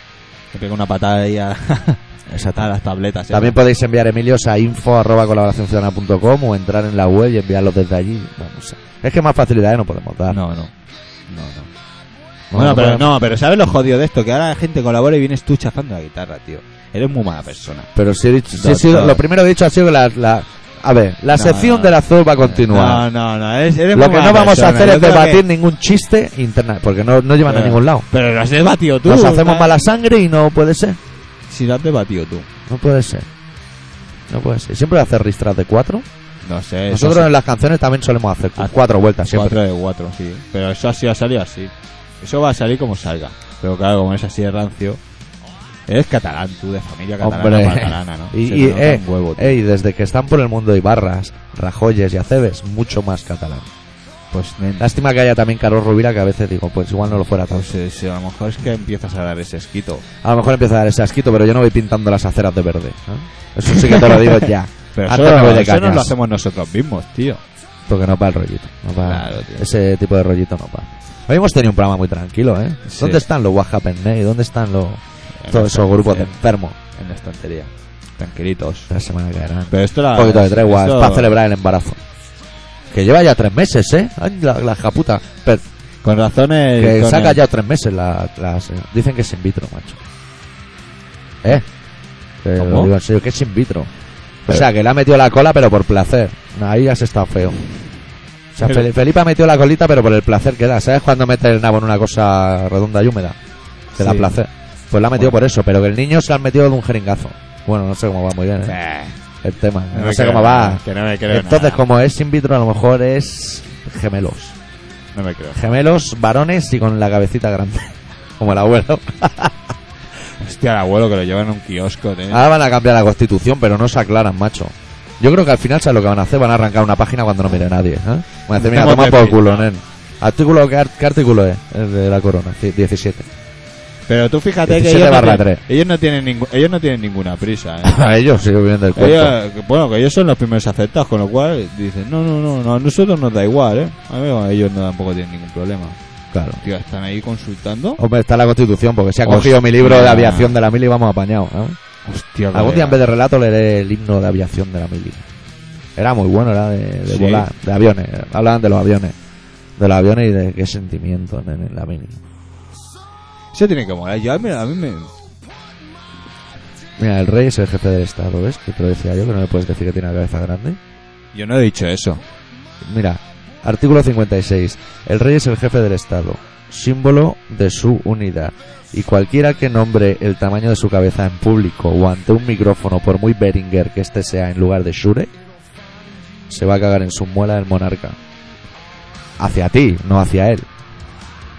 [SPEAKER 2] Te pego una patada ahí a, a las tabletas. ¿eh?
[SPEAKER 1] También podéis enviar Emilios a info arroba colaboracionciudadana.com o entrar en la web y enviarlos desde allí. Bueno, no sé. Es que más facilidades no podemos dar.
[SPEAKER 2] No, no. No, no.
[SPEAKER 1] no
[SPEAKER 2] Bueno,
[SPEAKER 1] podemos-
[SPEAKER 2] pero no, pero ¿sabes lo jodido de esto? Que ahora la gente colabora y vienes tú chafando la guitarra, tío. Eres muy mala persona.
[SPEAKER 1] Pero sí he dicho, sí he
[SPEAKER 2] No,
[SPEAKER 1] sido-
[SPEAKER 2] no.
[SPEAKER 1] lo primero que he dicho ha sido que la, la- a ver, la
[SPEAKER 2] No,
[SPEAKER 1] sección
[SPEAKER 2] no.
[SPEAKER 1] de la Zoo va a continuar.
[SPEAKER 2] No, no, no. Eres, eres
[SPEAKER 1] lo
[SPEAKER 2] muy
[SPEAKER 1] que
[SPEAKER 2] mala
[SPEAKER 1] no vamos
[SPEAKER 2] persona.
[SPEAKER 1] a hacer
[SPEAKER 2] Yo
[SPEAKER 1] es
[SPEAKER 2] creo
[SPEAKER 1] debatir
[SPEAKER 2] que-
[SPEAKER 1] ningún chiste interna, porque no, no llevan a
[SPEAKER 2] Pero-
[SPEAKER 1] ningún lado.
[SPEAKER 2] Pero lo has debatido tú.
[SPEAKER 1] Nos hacemos
[SPEAKER 2] ¿no?
[SPEAKER 1] mala sangre y no puede ser.
[SPEAKER 2] Si lo has debatido tú.
[SPEAKER 1] No puede ser. No puede ser. Siempre hacer ristras de cuatro.
[SPEAKER 2] No sé. eso
[SPEAKER 1] Nosotros
[SPEAKER 2] sí.
[SPEAKER 1] en las canciones también solemos hacer cu-
[SPEAKER 2] Haz-
[SPEAKER 1] cuatro vueltas siempre.
[SPEAKER 2] Cuatro de cuatro, sí. Pero eso así ha salido así. Eso va a salir como salga. Pero claro, como es así de rancio. Eres catalán, tú, de familia catalana.
[SPEAKER 1] Hombre.
[SPEAKER 2] catalana, ¿no?
[SPEAKER 1] Y,
[SPEAKER 2] Se
[SPEAKER 1] y,
[SPEAKER 2] te nota
[SPEAKER 1] eh,
[SPEAKER 2] un huevo, tío.
[SPEAKER 1] ey, desde que están por el mundo Ibarras, Rajoyes y Aceves, mucho más catalán.
[SPEAKER 2] Pues, nen,
[SPEAKER 1] Lástima que haya también Carlos Rubira, que a veces digo, pues igual no lo fuera tan.
[SPEAKER 2] pues, eh, si a lo mejor es que empiezas a dar ese esquito.
[SPEAKER 1] A lo mejor empieza a dar ese asquito, pero yo no voy pintando las aceras de verde. ¿eh? Eso sí que te lo digo ya.
[SPEAKER 2] Pero
[SPEAKER 1] Antes
[SPEAKER 2] eso,
[SPEAKER 1] me voy de
[SPEAKER 2] eso nos
[SPEAKER 1] cañas.
[SPEAKER 2] lo hacemos nosotros mismos, tío.
[SPEAKER 1] Porque no va el rollito. no va-
[SPEAKER 2] Claro, tío.
[SPEAKER 1] ese tipo de rollito no va. Hoy hemos tenido un programa muy tranquilo, ¿eh?
[SPEAKER 2] Sí. pues,
[SPEAKER 1] ¿Dónde están los What Happened Now? ¿Dónde están los todos esos
[SPEAKER 2] eh,
[SPEAKER 1] grupos de enfermos?
[SPEAKER 2] En la estantería. Tranquilitos.
[SPEAKER 1] La semana que verán.
[SPEAKER 2] Pero esto la.
[SPEAKER 1] Un poquito de tregua,
[SPEAKER 2] esto-
[SPEAKER 1] es para celebrar el embarazo. Que lleva ya tres meses, ¿eh? Ay, la, la japuta. Pero
[SPEAKER 2] Con razones.
[SPEAKER 1] Que
[SPEAKER 2] con
[SPEAKER 1] saca
[SPEAKER 2] el-
[SPEAKER 1] ya tres meses la, las- eh, Dicen que es in vitro, macho. ¿Eh? Te lo
[SPEAKER 2] ¿Cómo?
[SPEAKER 1] digo en serio, que es in vitro. O
[SPEAKER 2] Pero-
[SPEAKER 1] sea, que le ha metido la cola, pero por placer. Ahí has estado feo. O sea,
[SPEAKER 2] Pero-
[SPEAKER 1] Fel- Felipe ha metido la colita, pero por el placer que da. ¿Sabes cuando mete el nabo en una cosa redonda y húmeda? Que da
[SPEAKER 2] Sí.
[SPEAKER 1] placer. Pues la ha metido
[SPEAKER 2] Bueno.
[SPEAKER 1] por eso, pero que el niño se lo han metido de un jeringazo. Bueno, no sé cómo va muy bien, ¿eh?
[SPEAKER 2] Eh,
[SPEAKER 1] El tema. No,
[SPEAKER 2] me
[SPEAKER 1] sé
[SPEAKER 2] creo
[SPEAKER 1] cómo va.
[SPEAKER 2] nada, Que no ¿eh? me creo
[SPEAKER 1] Entonces,
[SPEAKER 2] nada.
[SPEAKER 1] como es in vitro, a lo mejor es gemelos.
[SPEAKER 2] No me creo.
[SPEAKER 1] Gemelos, varones y con la cabecita grande. Como el abuelo.
[SPEAKER 2] Hostia, el abuelo que lo lleva en un kiosco, tío.
[SPEAKER 1] Ahora van a cambiar la constitución, pero no se aclaran, macho. Yo creo que al final, ¿sabes lo que van a hacer? Van a arrancar una página cuando no mire nadie. ¿eh? Van a decir, mira,
[SPEAKER 2] Estamos
[SPEAKER 1] toma por
[SPEAKER 2] de
[SPEAKER 1] culo, nen. Artículo, ¿qué, ar- qué artículo es? El de la corona, sí, 17.
[SPEAKER 2] Pero tú fíjate que
[SPEAKER 1] 17
[SPEAKER 2] ellos no,
[SPEAKER 1] barra
[SPEAKER 2] tienen,
[SPEAKER 1] tres.
[SPEAKER 2] ellos, no tienen ningú- ellos no tienen ninguna prisa, ¿eh?
[SPEAKER 1] a ellos, sí, viendo el cuento.
[SPEAKER 2] Ellos- bueno, que ellos son los primeros aceptados, con lo cual dicen, no, no, no, no, a nosotros nos da igual, ¿eh? A mí, bueno, ellos no, tampoco tienen ningún problema.
[SPEAKER 1] Claro.
[SPEAKER 2] Tío, están ahí consultando.
[SPEAKER 1] Hombre, está la constitución, porque si ha
[SPEAKER 2] Hostia.
[SPEAKER 1] cogido mi libro de aviación de la mili, vamos apañados. ¿eh?
[SPEAKER 2] Hostia,
[SPEAKER 1] Algún día en vez de relato leeré el himno de aviación de la mili. Era muy bueno, era de, de
[SPEAKER 2] Sí.
[SPEAKER 1] volar, de aviones. Hablaban de los aviones. De los aviones y de qué sentimiento en, en la mili.
[SPEAKER 2] Eso tiene que molar. Yo, a, mí, a mí me...
[SPEAKER 1] Mira, el rey es el jefe del Estado, ¿ves? Que te lo decía yo, que no me puedes decir que tiene la cabeza grande.
[SPEAKER 2] Yo no he dicho eso.
[SPEAKER 1] Mira, artículo 56. El rey es el jefe del Estado, símbolo de su unidad. Y cualquiera que nombre el tamaño de su cabeza en público o ante un micrófono, por muy Beringer que este sea en lugar de Shure, se va a cagar en su muela el monarca. Hacia ti, no hacia él.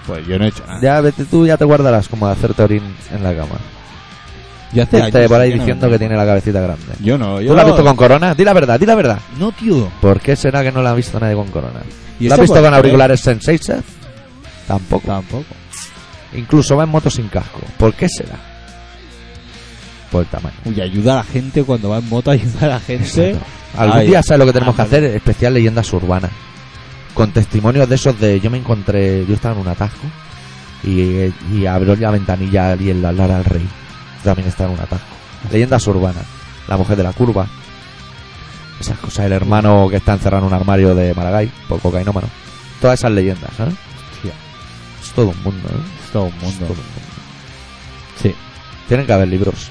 [SPEAKER 2] Pues yo no he hecho nada.
[SPEAKER 1] Ya vete tú, ya te guardarás como de hacerte orín en la cama.
[SPEAKER 2] Yo hace
[SPEAKER 1] Gente
[SPEAKER 2] años
[SPEAKER 1] por ahí
[SPEAKER 2] que no-
[SPEAKER 1] diciendo que tiene la cabecita grande.
[SPEAKER 2] Yo no, yo
[SPEAKER 1] ¿Tú la has visto con corona? Di la verdad, di la verdad.
[SPEAKER 2] No, tío.
[SPEAKER 1] ¿Por qué será que no la ha visto nadie con corona?
[SPEAKER 2] ¿Y este
[SPEAKER 1] ¿La has
[SPEAKER 2] eso
[SPEAKER 1] visto
[SPEAKER 2] por
[SPEAKER 1] con
[SPEAKER 2] qué?
[SPEAKER 1] auriculares Sensation? Tampoco.
[SPEAKER 2] Tampoco.
[SPEAKER 1] Incluso va en moto sin casco. ¿Por qué será? por el tamaño.
[SPEAKER 2] Uy, ayuda a la gente cuando va en moto, ayuda a la gente.
[SPEAKER 1] Exacto. Algún
[SPEAKER 2] Ay.
[SPEAKER 1] día, ¿sabes lo que tenemos que
[SPEAKER 2] Ándale.
[SPEAKER 1] hacer? Especial leyendas urbanas. Con testimonios de esos de yo me encontré, yo estaba en un atasco y, eh, y abrió la ventanilla a alguien la Lara al Rey. También está en un atasco. Leyendas urbanas. La mujer de la curva. Esas cosas, el hermano que está encerrado en un armario de Maragall por cocainómano. Todas esas leyendas, ¿sabes?
[SPEAKER 2] Hostia,
[SPEAKER 1] Es todo un mundo, ¿eh?
[SPEAKER 2] es todo un
[SPEAKER 1] Es todo
[SPEAKER 2] mundo.
[SPEAKER 1] un mundo.
[SPEAKER 2] Sí.
[SPEAKER 1] Tienen que haber libros.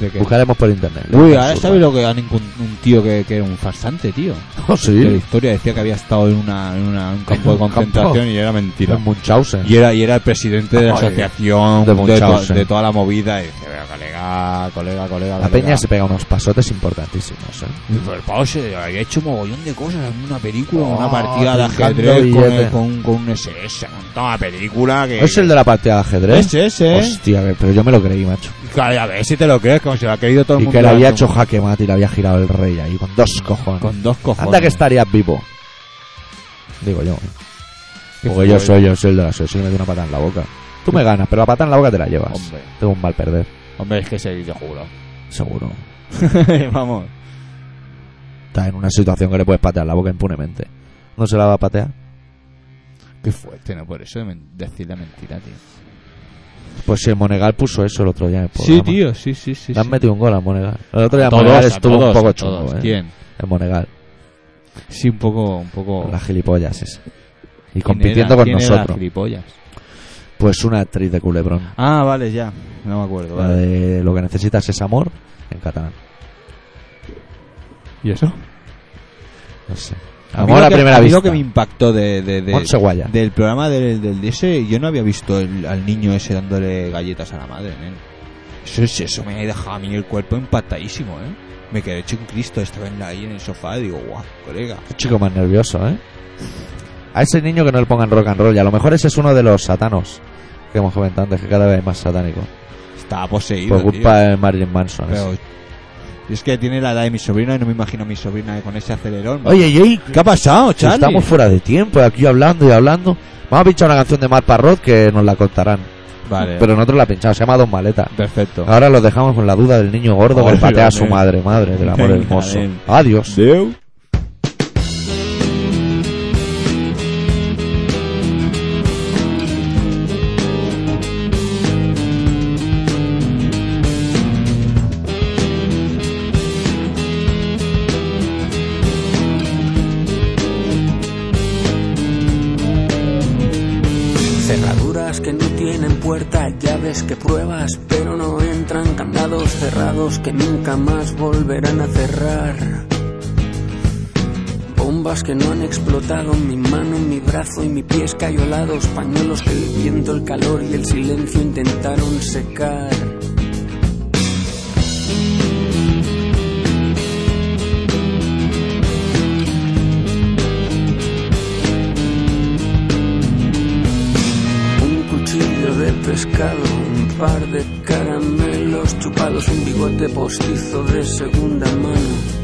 [SPEAKER 2] ¿De qué?
[SPEAKER 1] Buscaremos por internet.
[SPEAKER 2] Uy,
[SPEAKER 1] Leyendas
[SPEAKER 2] ahora
[SPEAKER 1] urbanas.
[SPEAKER 2] sabes lo que han encon- un tío que, que era un farsante, tío.
[SPEAKER 1] Oh,
[SPEAKER 2] Que la
[SPEAKER 1] sí.
[SPEAKER 2] historia decía que había estado en, una, en una- un campo
[SPEAKER 1] En
[SPEAKER 2] de
[SPEAKER 1] un campo.
[SPEAKER 2] concentración y era mentira.
[SPEAKER 1] En Munchausen.
[SPEAKER 2] Y era, y era el presidente de la
[SPEAKER 1] Ay,
[SPEAKER 2] asociación,
[SPEAKER 1] de
[SPEAKER 2] de,
[SPEAKER 1] Munchausen.
[SPEAKER 2] to- de toda la movida. Y decía, "Venga, colega, colega, colega.
[SPEAKER 1] La
[SPEAKER 2] colega".
[SPEAKER 1] peña se pega unos pasotes importantísimos, ¿eh?
[SPEAKER 2] Y Pero el pavo se había hecho mogollón de cosas en una película, en
[SPEAKER 1] Oh,
[SPEAKER 2] una partida de
[SPEAKER 1] dejando
[SPEAKER 2] ajedrez con,
[SPEAKER 1] billetes.
[SPEAKER 2] con, con un SS, montó una película que...
[SPEAKER 1] ¿Es el de la partida de ajedrez? Pues,
[SPEAKER 2] Ese, ese, ¿eh?
[SPEAKER 1] Hostia, que- pero yo me lo creí, macho.
[SPEAKER 2] Y claro, a ver si te lo crees, como si lo ha creído todo el
[SPEAKER 1] Y
[SPEAKER 2] mundo.
[SPEAKER 1] que le había
[SPEAKER 2] durante
[SPEAKER 1] hecho
[SPEAKER 2] un-
[SPEAKER 1] jaque mate y le había girado el rey ahí con dos cojones.
[SPEAKER 2] Con dos cojones.
[SPEAKER 1] Anda que estarías vivo. Digo yo. ¿eh?
[SPEAKER 2] Qué
[SPEAKER 1] Porque yo
[SPEAKER 2] fuerte.
[SPEAKER 1] soy, yo soy el de la soy, si me meto una pata en la boca. Tú me ganas, pero la pata en la boca te la llevas.
[SPEAKER 2] Hombre.
[SPEAKER 1] Tengo un mal perder,
[SPEAKER 2] Hombre, es que se te juro.
[SPEAKER 1] seguro.
[SPEAKER 2] Vamos.
[SPEAKER 1] Estás en una situación que le puedes patear la boca impunemente. ¿No se la va a patear?
[SPEAKER 2] Qué fuerte, ¿no? Por eso de men- decir la mentira, tío.
[SPEAKER 1] Pues si el Monegal puso eso el otro día en el
[SPEAKER 2] Sí,
[SPEAKER 1] programa.
[SPEAKER 2] tío, sí, sí, sí.
[SPEAKER 1] Le han
[SPEAKER 2] sí.
[SPEAKER 1] metido un gol al Monegal. El otro día
[SPEAKER 2] Todos,
[SPEAKER 1] Monegal
[SPEAKER 2] a
[SPEAKER 1] estuvo
[SPEAKER 2] todos,
[SPEAKER 1] un poco
[SPEAKER 2] a
[SPEAKER 1] chungo,
[SPEAKER 2] todos.
[SPEAKER 1] ¿eh?
[SPEAKER 2] ¿Quién?
[SPEAKER 1] El Monegal.
[SPEAKER 2] Sí, un poco... Un poco...
[SPEAKER 1] Las gilipollas ese. Y
[SPEAKER 2] Oh. ¿Quién
[SPEAKER 1] compitiendo
[SPEAKER 2] era?
[SPEAKER 1] con
[SPEAKER 2] ¿Quién era la
[SPEAKER 1] nosotros.
[SPEAKER 2] gilipollas?
[SPEAKER 1] Pues una actriz de culebrón.
[SPEAKER 2] Ah, vale, ya. No me acuerdo,
[SPEAKER 1] La
[SPEAKER 2] vale.
[SPEAKER 1] de lo que necesitas es amor en catalán.
[SPEAKER 2] ¿Y eso?
[SPEAKER 1] No sé.
[SPEAKER 2] A mí
[SPEAKER 1] Amor
[SPEAKER 2] lo
[SPEAKER 1] a
[SPEAKER 2] que-
[SPEAKER 1] primera
[SPEAKER 2] a mí
[SPEAKER 1] vista.
[SPEAKER 2] lo que me impactó de, de- de-
[SPEAKER 1] Montse Guaya.
[SPEAKER 2] del programa del, del DS, yo no había visto el- al niño ese dándole galletas a la madre, nen. Eso, es- eso me ha dejado a mí el cuerpo impactadísimo, ¿eh? Me quedé hecho un Cristo, estaba en la- ahí en el sofá y digo, guau, colega.
[SPEAKER 1] Un chico más nervioso, ¿eh? A ese niño que no le pongan rock and roll. Y a lo mejor ese es uno de los satanos que hemos comentado antes, que cada vez es más satánico.
[SPEAKER 2] Estaba poseído,
[SPEAKER 1] Por culpa de Marilyn Manson.
[SPEAKER 2] tío.
[SPEAKER 1] ese.
[SPEAKER 2] Pero- y es que tiene la edad de mi sobrina y no me imagino a mi sobrina con ese acelerón.
[SPEAKER 1] Oye, y ahí,
[SPEAKER 2] ¿qué ha pasado,
[SPEAKER 1] si
[SPEAKER 2] Charlie?
[SPEAKER 1] estamos fuera de tiempo, aquí hablando y hablando. Vamos a pinchar una canción de Mar Parrot que nos la contarán.
[SPEAKER 2] Vale,
[SPEAKER 1] Pero nosotros la pinchamos, se llama Dos Maletas.
[SPEAKER 2] perfecto.
[SPEAKER 1] Ahora los dejamos con la duda del niño gordo que
[SPEAKER 2] Ay,
[SPEAKER 1] le patea a su
[SPEAKER 2] amén.
[SPEAKER 1] madre, madre del amor
[SPEAKER 2] Venga,
[SPEAKER 1] hermoso.
[SPEAKER 2] amén.
[SPEAKER 1] Adiós.
[SPEAKER 2] Adeu.
[SPEAKER 8] Cerraduras que no tienen puerta, llaves que pruebas pero no entran, candados cerrados que nunca más volverán a cerrar. Bombas que no han explotado, mi mano, mi brazo y mi pie escayolados, pañuelos que el viento, el calor y el silencio intentaron secar. Un cuchillo de pescado, un par de caramelos chupados, un bigote postizo de segunda mano.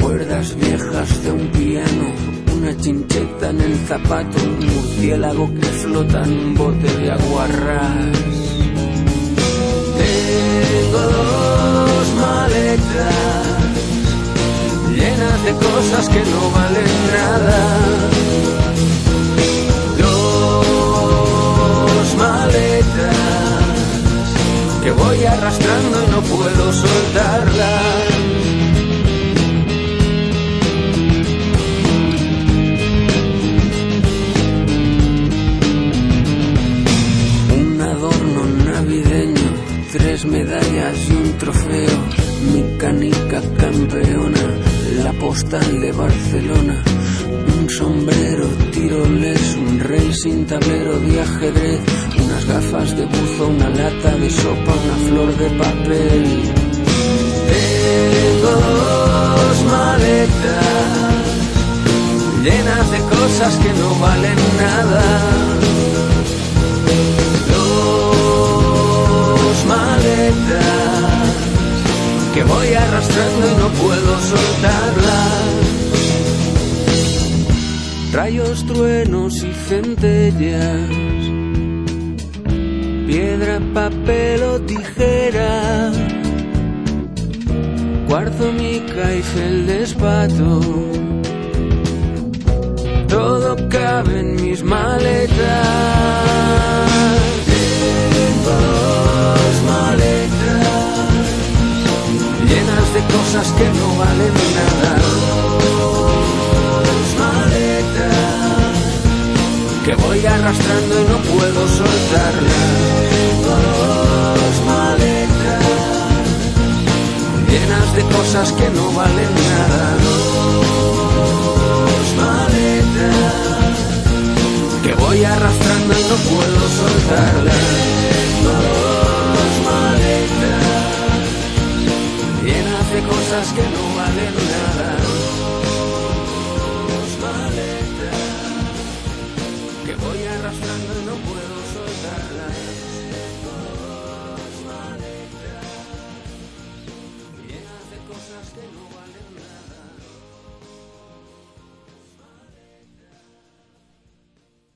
[SPEAKER 8] Cuerdas viejas de un piano, una chincheta en el zapato, un murciélago que flota en un bote de aguarrás. Tengo dos maletas llenas de cosas que no valen nada. dos maletas que voy arrastrando y no puedo soltarlas. Un adorno navideño, tres medallas y un trofeo, mi canica campeona, la postal de Barcelona, un sombrero tiroles, un rey sin tablero de ajedrez, unas gafas de buzo, una lata de sopa, una flor de papel. Tengo dos maletas llenas de cosas que no valen nada. dos maletas que voy arrastrando y no puedo soltarlas. Rayos, truenos y centellas, piedra, papel o cajera. Guardo mi caixa el despato. Todo cabe en mis maletas. Tengo dos maletas llenas de cosas que no valen nada. Dos maletas que voy arrastrando y no puedo soltarlas. Dos maletas llenas de cosas que no valen nada. Dos maletas que voy arrastrando y no puedo soltarlas. Dos maletas llenas de cosas que no valen nada. Dos maletas que voy arrastrando y no puedo soltarlas. Dos maletas llenas de cosas que no valen nada.